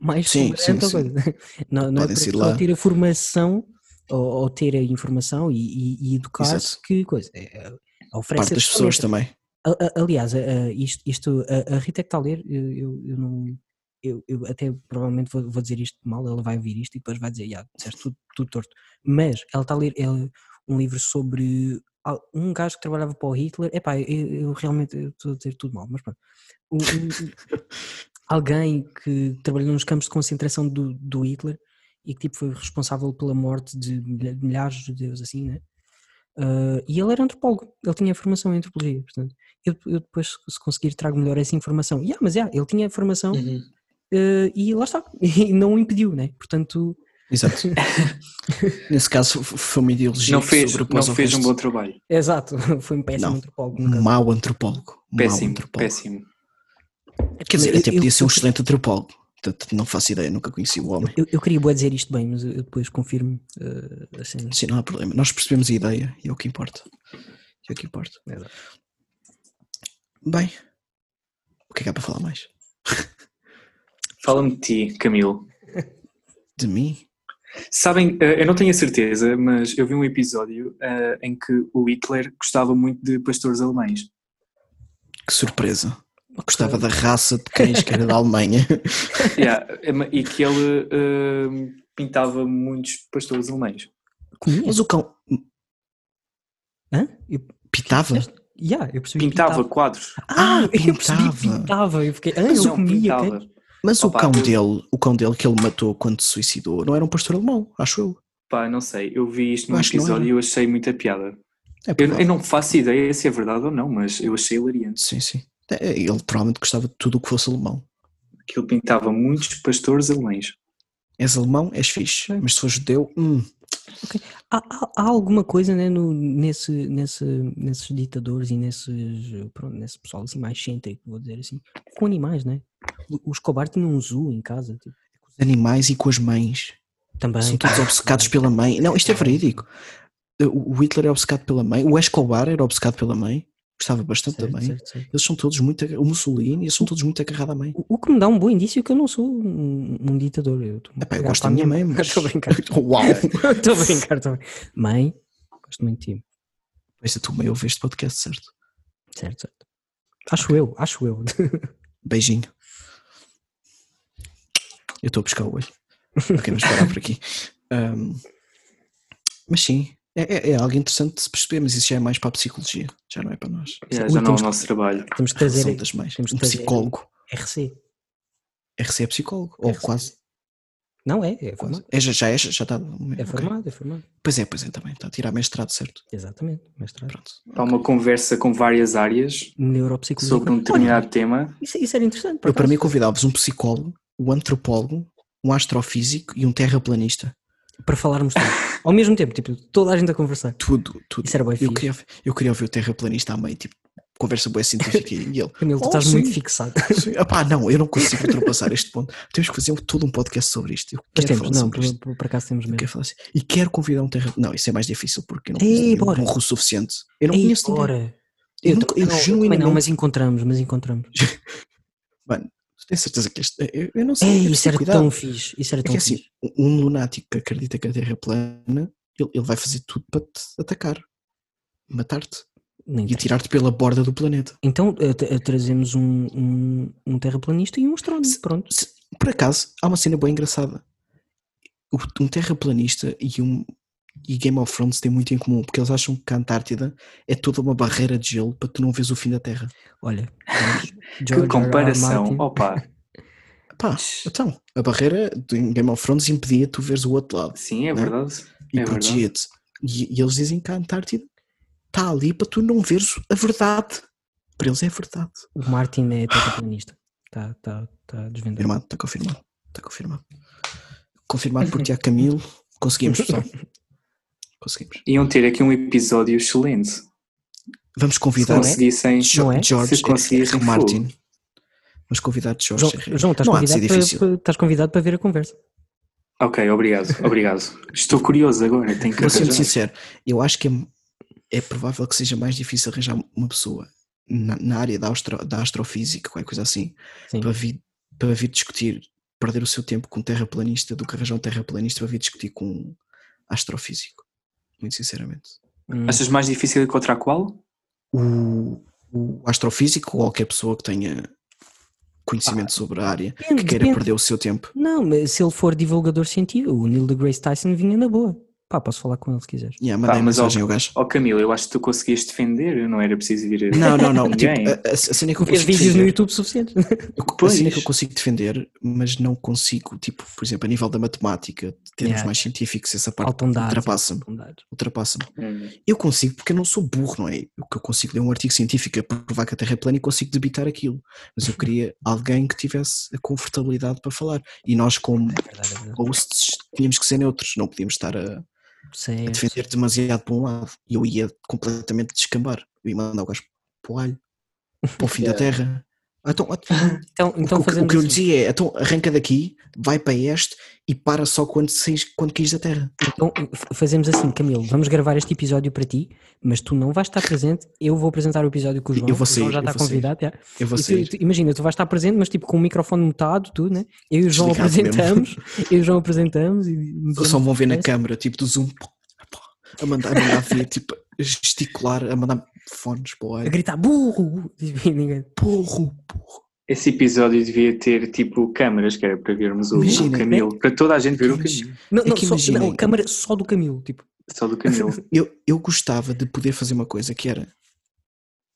mais Sim, tolerante sim, ou coisa. Não, não é Podem para ser a pessoa lá. ter a formação ou, ou ter a informação e, e- e educar-se Exato. que coisa. É, é, oferece Parte das as pessoas ferramentas. também. A- a- aliás, a- a- isto, isto- a, a Rita que está a ler, eu, eu- eu não. eu, eu até provavelmente vou, vou dizer isto mal, ela vai ouvir isto e depois vai dizer, yeah, disseste tudo, tudo torto. Mas ela está a ler ela- um livro sobre al- um gajo que trabalhava para o Hitler. Epá, eu, eu realmente eu estou a dizer tudo mal, mas pronto. Um- um- alguém que trabalhou nos campos de concentração do, do Hitler e que tipo foi responsável pela morte de milha- milhares de judeus assim, né? Ah, e ele era antropólogo, ele tinha formação em antropologia, portanto, eu, eu depois, se conseguir, trago melhor essa informação. Yeah, mas yeah, ele tinha formação Uhum. eh, e lá está, [laughs] e não o impediu, né? Portanto, [laughs] Exato. Nesse caso, f- foi uma ideologia Não que fez, não sobrepôs ao fez um resto. bom trabalho. exato, [laughs] foi um péssimo Não. antropólogo. no Um caso. mau antropólogo. Um mau Péssimo, antropólogo. péssimo. Quer dizer, Eu- até eu- podia ser um eu- excelente antropólogo. Portanto, não faço ideia, nunca conheci o homem. Eu, eu queria bué dizer isto bem, mas eu eu depois confirmo eh, a cena. Sim, não há problema. Nós percebemos a ideia e é o que importa. É o que importa. Exato. Bem, o que é que há para falar mais? Fala-me de ti, Camilo. De mim? Sabem, eh, eu não tenho a certeza, mas eu vi um episódio eh, em que o Hitler gostava muito de pastores alemães. Que surpresa. Gostava da raça de cães que era da Alemanha. Yeah, eh, e que ele eh, pintava muitos pastores alemães. Comia? Mas o cão é Hã? Eu, pitava? yeah, eu percebi que Pintava quadros. Ah, [laughs] eu percebi que pintava. pintava. Eu fiquei, ah, ele comia. ok. Mas Opa, o cão eu- dele, o cão dele que ele matou quando se suicidou, não era um pastor alemão, acho eu. Pá, não sei, eu vi isto Eu num acho que não episódio era. e eu achei muita piada. É Eu, eu provável. não faço ideia se é verdade ou não, mas eu achei hilariante. Sim, sim. É, Ele provavelmente gostava de tudo o que fosse alemão. Que ele pintava muitos pastores alemães. És alemão, és fixe, mas se for judeu, hum, Há, há- há alguma coisa né, no, nesse, nesse, nesses ditadores e nesses, pronto, nesse pessoal assim mais excêntrico, vou dizer assim, com animais, né? O o Escobar tinha um zoo em casa, tipo, os animais e com as mães. também. São todos obcecados pela mãe. Não, isto é verídico. O o Hitler é obcecado pela mãe, o Escobar era obcecado pela mãe, gostava bastante Certo, da mãe. certo, certo. Eles são todos muito. agar- O Mussolini, eles são todos muito agarrados à mãe. O o que me dá um bom indício é que eu não sou um, um ditador. Eu, estou a Epá, eu cagar gosto para da a minha mãe, [laughs] mas. Estou a brincar. Uau! Estou a brincar também. Mãe, gosto muito de ti. Mas a tua mãe ouve este podcast, certo? Certo, certo. Acho eu, acho eu. [laughs] Beijinho. Eu estou a buscar o olho. Ok, vamos parar por aqui. Ahm, mas sim, é, é- é algo interessante de se perceber, mas isso já é mais para a psicologia, já não é para nós. Yeah, Ui, já não é temos o nosso trabalho. Temos que São trazer das mães. temos Um que trazer- psicólogo. RC. RC é psicólogo, ou RC. quase. Não é? É Quase. formado. É, já, já é, já está. É formado, é formado. Pois é, pois é, também. Está a tirar mestrado, certo? Exatamente. Mestrado. Pronto. Há uma conversa com várias áreas Neuropsicologia. sobre [laughs] um determinado tema. Isso, isso era interessante. por Eu, para acaso. mim, convidava-vos um psicólogo, um antropólogo, um astrofísico e um terraplanista. para falarmos tudo. Ao mesmo tempo, tipo, toda a gente a conversar. Tudo, tudo. Isso era bem Eu É fixe. queria, eu queria ouvir o terraplanista à mãe, tipo, conversa boa [laughs] científica e ele. Camilo, tu Oh, estás sim. muito fixado. "Sim, opá, não, eu não consigo ultrapassar este ponto. Temos que fazer um- todo um podcast sobre isto. Eu Mas quero temos, falar não, sobre isto. por, por acaso temos Eu mesmo. quero falar assim. E quero convidar um terra. Não, isso é mais difícil porque eu não Ei, conheço nenhum bora. burro o suficiente. Eu não Ei, conheço ninguém. bora. um Eu, Não, nunca- eu não, É eu também genuinamente. não, mas encontramos, mas encontramos. Tenho certeza que é este. Eu, eu não sei. Ei, eu isso sei era cuidado. tão fixe. Isso era É tão que assim, fixe. um lunático que acredita que a Terra é plana, ele, ele vai fazer tudo para te atacar, matar-te Nem e interessa. atirar-te pela borda do planeta. Então eh, tra- eh, trazemos um, um, um terraplanista e um astrónomo. Se- Pronto. Se- por acaso, há uma cena bem engraçada. O- Um terraplanista e um e Game of Thrones têm muito em comum, porque eles acham que a Antártida é toda uma barreira de gelo para tu não vês o fim da Terra. Olha. [laughs] que comparação! Opa! Pá, então, a barreira do em Game of Thrones impedia tu veres o outro lado Sim, é Não é? verdade. e É verdade. protegia-te. E, e eles dizem que a Antártida está ali para tu não veres a verdade. Para eles é verdade. O Martin é terraplanista. Está tá, tá desvendado. Confirmado, está confirmado. Está confirmado. Confirmado por Tiago Camilo. [laughs] Conseguimos, pessoal. Conseguimos. Iam ter aqui um episódio excelente. Vamos Se convidar conseguissem. Jo- Não é? George Se conseguissem, R. Martin. Vamos convidar George João, R. João, estás, Não há de ser convidado para, difícil. para- estás convidado para ver a conversa. Ok, obrigado, obrigado. Estou curioso agora, tenho que Vou ser arranjar. sincero, eu acho que é, é provável que seja mais difícil arranjar uma pessoa na, na área da, austro- da astrofísica, qualquer coisa assim, Sim. para vir, para vir discutir, perder o seu tempo com um terraplanista do que arranjar um terraplanista para vir discutir com um astrofísico. Muito sinceramente. Hum, Achas mais difícil encontrar qual? O, o astrofísico ou qualquer pessoa que tenha conhecimento sobre a área, depende, que queira depende. perder o seu tempo. Não, mas se ele for divulgador científico, o Neil deGrasse Tyson vinha na boa. Pá, posso falar com ele se quiseres. Yeah, mandei Pá, mas mensagem ao gajo. Ó Camilo, Oh, eu acho que tu conseguias defender, não era preciso vir a... Não, [laughs] não, não. Ninguém. Tipo, a, a- a cena que eu Porque consigo vídeos no defender, YouTube suficientes. eu- a cena que eu Pois. consigo defender, mas não consigo, tipo, por exemplo, a nível da matemática, de termos Yeah. mais científicos, essa parte Faltam dados. ultrapassa-me. faltam dados. Ultrapassa-me. Hum. Eu consigo porque eu não sou burro, não é? O que eu consigo ler um artigo científico a provar que a Terra é plana e consigo debitar aquilo. Mas [laughs] eu queria alguém que tivesse a confortabilidade para falar. E nós, como É verdade, é verdade. hosts, tínhamos que ser neutros, não podíamos estar a, a Certo. defender demasiado para um lado. E eu ia completamente descambar. Eu ia mandar o gajo para o alho, para o fim da Terra. Ah, [laughs] Então, ah, Então, então o, que- o fazemos que eu lhe assim. dizia é, então arranca daqui, vai para este e para só quando, saís, quando quis da Terra. Então, f- fazemos assim, Camilo, vamos gravar este episódio para ti, mas tu não vais estar presente, eu vou apresentar o episódio com o Eu João, vou o João sair, já eu está vou sair. convidado. é. Eu vou E tu- sair. tu- imagina, tu vais estar presente, mas tipo com o microfone mutado, tudo, né? Eu e o João Desligado é mesmo. apresentamos, eu e o João apresentamos e metemos- Só um me vão ver na Parece- câmara, tipo do zoom, pô, pô, a mandar, a [laughs] mandar ver, tipo, a gesticular, a mandar fones para o a ar. gritar burro! [laughs] Tipo, E ninguém- Porro, porro. Esse episódio devia ter, tipo, câmaras, que era para vermos o, o Imagina, né? Camilo. Para toda a gente ver o Camilo. Não, não, É que só, imaginem. não, câmara só do Camilo, tipo. Só do [laughs] Camilo. Eu, eu gostava de poder fazer uma coisa que era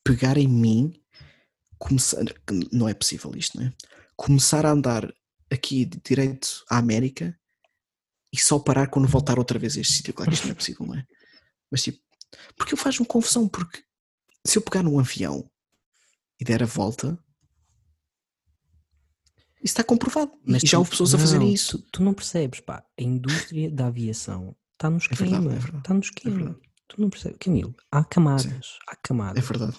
pegar em mim, começar. que Não é possível isto, não é? Começar a andar aqui de direito à América e só parar quando voltar outra vez a este sítio. Claro que isto não é possível, não é? Mas tipo, porque eu faço-me confusão, porque se eu pegar num avião e der a volta, isso está comprovado. Mas e já tu- houve pessoas a não, fazerem isso. Tu, tu não percebes, pá, a indústria da aviação está no verdade, é esquema. verdade, Está no esquema. verdade. tu não percebes. Camilo, há camadas, há É camadas. verdade.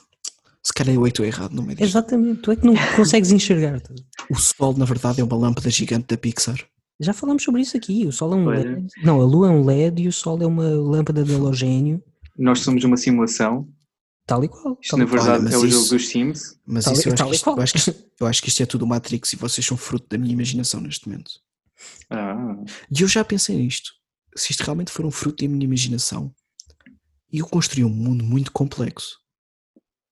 Se calhar eu é que estou errado no meio disto. Exatamente, tu é [laughs] que não consegues enxergar. tá? O Sol, na verdade, é uma lâmpada gigante da Pixar. Já Já falámos sobre isso aqui. O Sol é um Olha. LED. Não, a Lua é um LED e o Sol é uma lâmpada de halogénio, Nós somos uma simulação. tal e qual. Isto, tal na e qual. verdade, mas é o jogo isso- dos Sims. Mas Tal- isso eu, acho tal que e isto, qual. eu acho que isto- eu acho que isto é tudo Matrix e vocês são fruto da minha imaginação neste momento. Ah, E eu já pensei nisto. Se isto realmente for um fruto da minha imaginação, eu construí um mundo muito complexo.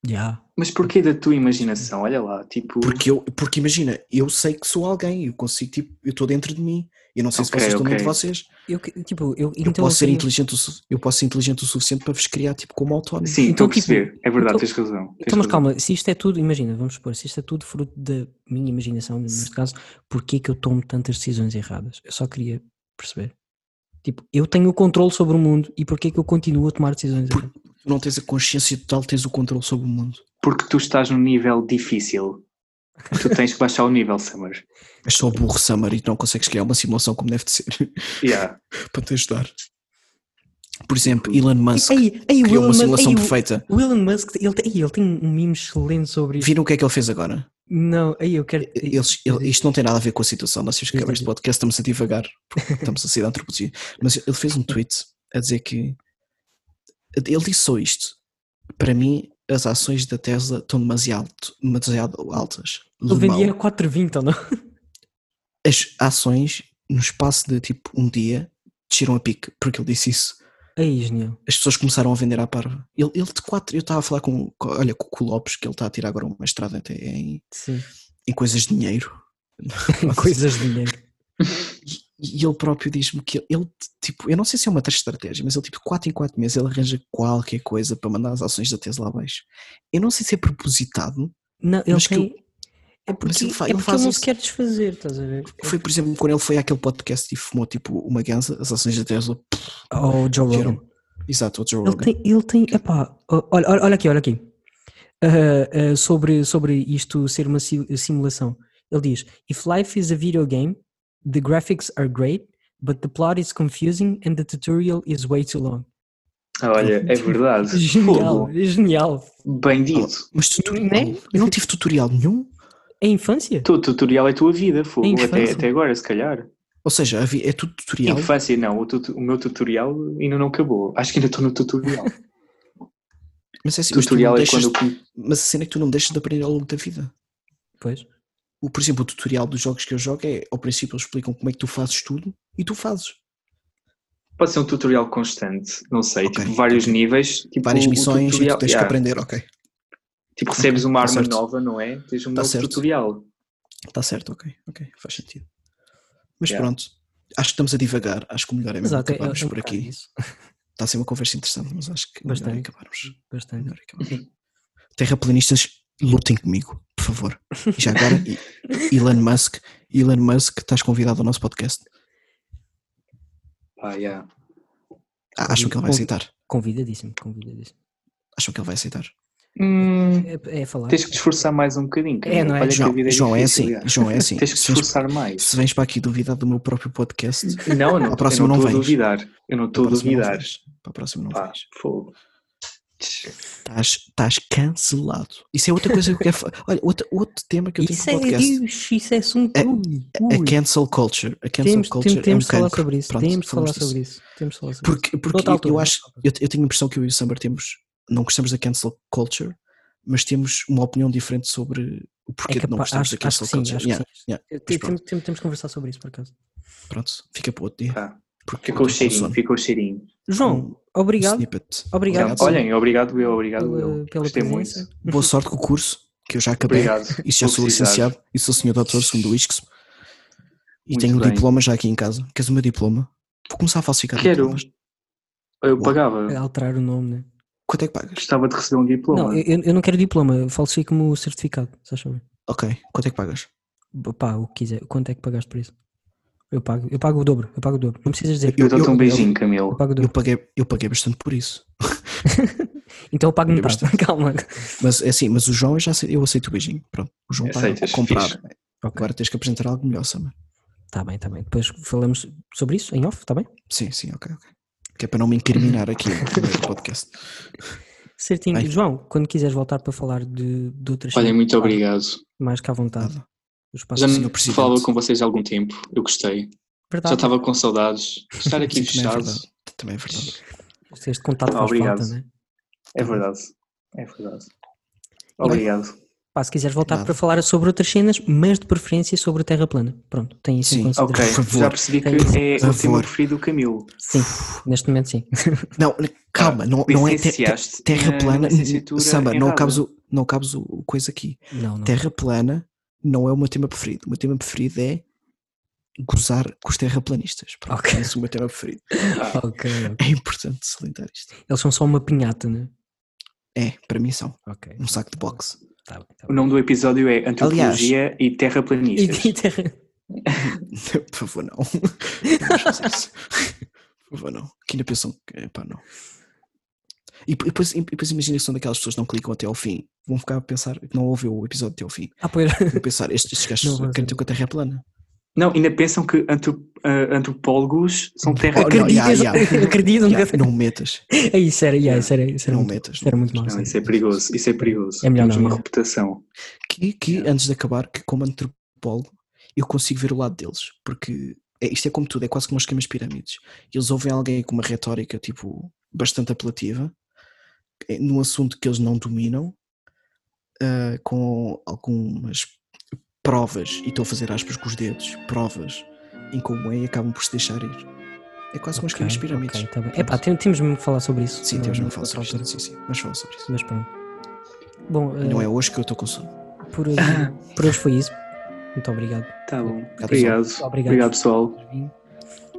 Já. mas porquê da tua imaginação? Olha lá, tipo... Porque, eu, porque imagina, eu sei que sou alguém, eu consigo, tipo, eu estou dentro de mim. Eu não sei se Ok, vocês estão ok. dentro de vocês. Eu, que- tipo, eu, Eu, então posso ser queria- inteligente o, su- eu posso ser inteligente o suficiente para vos criar tipo como autónomo. Sim, Então, estou a perceber. é verdade, então- tens razão. tens Então, mas razão. calma, se isto é tudo, imagina, vamos supor, se isto é tudo fruto da minha imaginação, neste caso, porquê que eu tomo tantas decisões erradas? Eu só queria perceber. Tipo, eu tenho o controle sobre o mundo e porquê que eu continuo a tomar decisões Por- erradas? Tu não tens a consciência total, tens o controle sobre o mundo. Porque tu estás num nível difícil. Tu tens que baixar o nível, Summer. És só burro, Summer, e tu não consegues criar uma simulação como deve de ser Yeah. para te ajudar. Por exemplo, Elon Musk Ei, ei, o Elon criou uma Musk, simulação ei, o- perfeita. o Elon Musk, ele tem, ei, ele tem um mimo excelente sobre isto. Viram o que é que ele fez agora? Não, aí eu quero. Eles- ele- isto não tem nada a ver com a situação, nós temos que acabar este podcast, estamos a divagar, [laughs] porque estamos a sair da antropologia. Mas ele fez um tweet a dizer que. Ele disse só isto. Para mim, as ações da Tesla estão demasiado, demasiado altas. Ele Limão. vendia a 4,20 ou não? As ações, no espaço de tipo um dia, desceram a pique, porque ele disse isso. Aí, genial. as pessoas começaram a vender à parva. Ele, ele de quatro, eu estava a falar com, com- olha, com, com o Lopes, que ele está a tirar agora um mestrado até em, [laughs] Sim. em coisas de dinheiro. Coisas de dinheiro. E ele próprio diz-me que ele, ele, tipo, eu não sei se é uma estratégia, mas ele, tipo, quatro em quatro meses, ele arranja qualquer coisa para mandar as ações da Tesla abaixo. Eu não sei se é propositado. Não, ele Mas que tem. É Mas porque, ele fa- é ele porque faz ele não isso. se quer desfazer, estás a ver? Foi, por exemplo, quando ele foi àquele podcast e fumou, tipo, uma gansa, as ações da Tesla. pff, Oh, Joe Vieram? Rogan. Exato, o Joe Ele Rogan. tem, ele tem, epá, ó- olha, olha, olha aqui, olha aqui. Ah, ah, sobre, sobre isto ser uma si- simulação. Ele diz: If life is a video game, the graphics are great, but the plot is confusing and the tutorial is way too long. Ah, Olha, é [laughs] verdade. Genial, Fogo. genial. Bem dito. Mas tutorial? Né? Eu não tive tutorial nenhum. É infância? O teu tutorial é a tua vida, fogo. É Até, infância. até agora, se calhar. Ou seja, havia- é tudo tutorial. Infância, não. O, tut- o meu tutorial ainda não acabou. Acho que ainda estou no [laughs] tutorial. Mas é assim, mas tu não tutorial é deixas- quando eu... mas a cena é que tu não deixas de aprender ao longo da vida. Pois. o, por exemplo, o tutorial dos jogos que eu jogo é, ao princípio, eles explicam como é que tu fazes tudo e tu fazes. Pode ser um tutorial constante, não sei, Ok, tipo vários ok. níveis. Tipo, Várias o- o missões e tutorial- tu tens yeah. que aprender, ok. Tipo, recebes uma tá arma certo. nova, não é? Tens um Tá novo certo. tutorial. Está Tá certo, ok, ok, faz sentido. Mas Yeah. pronto, acho que estamos a divagar, acho que o melhor é mesmo Exato, é- acabarmos é um por bocado aqui. isso. Está a ser uma conversa interessante, mas acho que o melhor é Bastante. acabarmos. Bastante. Melhor é acabarmos. Terraplanistas, lutem comigo, por favor. E já agora, e- [laughs] Elon Musk, Elon Musk, estás convidado ao nosso podcast. Ah, yeah. Ah, acham que ele vai Convi- aceitar? Convidadíssimo, convidadíssimo. Acham que ele vai aceitar? Hum, É, é falar. tens que te esforçar mais um bocadinho. cara. É, não é? Olha que a João, vida é João, é difícil, assim, yeah. João, é assim. [laughs] Tens que te Se vens, esforçar mais. se vens para aqui duvidar do meu próprio podcast, Não, não. Para a próxima eu não [laughs] não estou a vens. duvidar. Eu não estou a para a próxima não duvidar. vens. Para a próxima não Pá, vais. fogo. Estás, estás cancelado. Isso é outra coisa que eu quero falar. [laughs] Olha, outro, outro tema que eu tenho Isso para é o podcast. Deus, isso é assunto. É- ui, A ui. cancel culture. A cancel Temos, culture temos, temos de é um falar cancro. sobre isso. Pronto, temos de falar falamos disso. sobre isso. Temos de falar sobre Porque, isso. porque Noutra eu, altura, eu acho, eu, eu tenho a impressão que eu e o Summer temos, não gostamos da cancel culture, mas temos uma opinião diferente sobre o porquê É de não capaz, gostamos acho, da acho que cancel sim, culture. acho Yeah, que sim. yeah, Eu- mas tem- Temos, temos, de conversar sobre isso, por acaso. Pronto, fica para outro dia. Tá. Porque Ficou o estou com cheirinho, sono. ficou o cheirinho. Um- João, Um obrigado snippet. Obrigado. Então, Olhem, obrigado eu, obrigado eu. pela, pela Gostei presença. muito. Boa sorte com o curso, que eu já acabei. [laughs] Obrigado. E já Vou sou precisar. licenciado e sou senhor doutor, segundo o ISCS. E Muito tenho o bem. diploma já aqui em casa. Queres o meu diploma? Vou começar a falsificar Quero. diplomas. Eu Uau. É pagava. Alterar o nome, né? Quanto é que pagas? Gostava de receber um diploma. Não, eu, eu não quero diploma, falsifico-me o certificado, se achas bem. Ok, quanto é que pagas? B- Pá, o que quiser. Quanto é que pagaste por isso? Eu pago, eu pago o dobro, eu pago o dobro. Não precisas dizer, Eu eu, dou-te um eu- beijinho, eu Camilo. pago o Eu dobro. paguei, eu paguei bastante por isso. Então eu pago eu metade. [laughs] Calma. Mas é assim, mas o João eu já aceito, eu aceito o beijinho. Pronto, o João paga Aceitas, o comprar. fixe. Agora tens que apresentar algo melhor, Sama. Tá bem, tá bem. Depois falamos sobre isso em off, tá bem? Sim, sim, ok, ok. Que é para não me incriminar aqui no primeiro podcast. Certinho. Bem. João, quando quiseres voltar para falar de, de outras Olhem, cenas, muito pá, obrigado. Mais que à vontade. Nada. O espaço Já é Senhor não Presidente. falava com vocês há algum tempo. Eu gostei. verdade. Já estava com saudades. Estar [laughs] aqui Sim, Tá. também é fechado. verdade. Também é verdade. Este contato Ah, faz obrigado. falta, né? É verdade. É verdade. Obrigado. Pá, se quiseres voltar Nada. para falar sobre outras cenas, mas de preferência sobre a Terra plana. Pronto, tem isso em Sim, consideração. Ok, Por favor. já percebi que Tem isso. é Por o tema favor. preferido do Camilo. [laughs] Sim, neste momento sim. Não, calma, não, não é te- te- Ah, Licenciaste terra na plana. licenciatura Samba, não errada. cabes, o, não cabes o- o coisa aqui. Não, não. Terra plana não é o meu tema preferido. O meu tema preferido é gozar com os terraplanistas. Pronto, Ok. Esse é o meu tema preferido. Ah, Ok, ok. É importante salientar isto. Eles são só uma pinhata, né? É, para mim são. Ok. Um saco de boxe. [laughs] Tá bem, tá O bem. nome do episódio é Antropologia e E, Terraplanistas. e terra... Por favor, não. Não vamos fazer isso. Por favor, não. Que ainda pensam que. Epá, não. E p- e depois, e depois imagina que são daquelas pessoas que não clicam até ao fim. Vão ficar a pensar que não ouviu o episódio até ao fim. Ah, pois. Vão pensar, estes, estes Não gajos vão acreditam que a Terra é plana. Não, ainda pensam que antro- ah, antropólogos são Oh, terra não, Acreditas? yeah, yeah. Acreditam Já, que... não metas. É isso, era, yeah, isso era, isso [laughs] era Não muito, metas. isso era muito mau. Não, sim. isso é perigoso, isso é perigoso. É melhor Temos não, uma não. reputação. Que, que antes de acabar, que como antropólogo, eu consigo ver o lado deles. Porque é, isto é como tudo, é quase como os esquemas pirâmides. Eles ouvem alguém com uma retórica, tipo, bastante apelativa, eh, num assunto que eles não dominam, ah, com algumas provas, e estou a fazer aspas com os dedos, provas em como é e acabam por se deixar ir. É quase como os Ok, esquemas pirâmides. ok, tá bem. Pronto. Epá, tem- temos mesmo que falar sobre isso. Sim, na- temos não noutra falar sobre isto. altura. Sim, sim, mas falar sobre isso. Mas pronto. Bom, E Não eh, é hoje que eu estou com sono. por, [laughs] hoje, por hoje foi isso. Muito obrigado. Tá bom. pessoal. Obrigado. Obrigado. Obrigado, pessoal.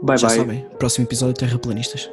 Bye, Já bye. sabem, próximo episódio Terraplanistas.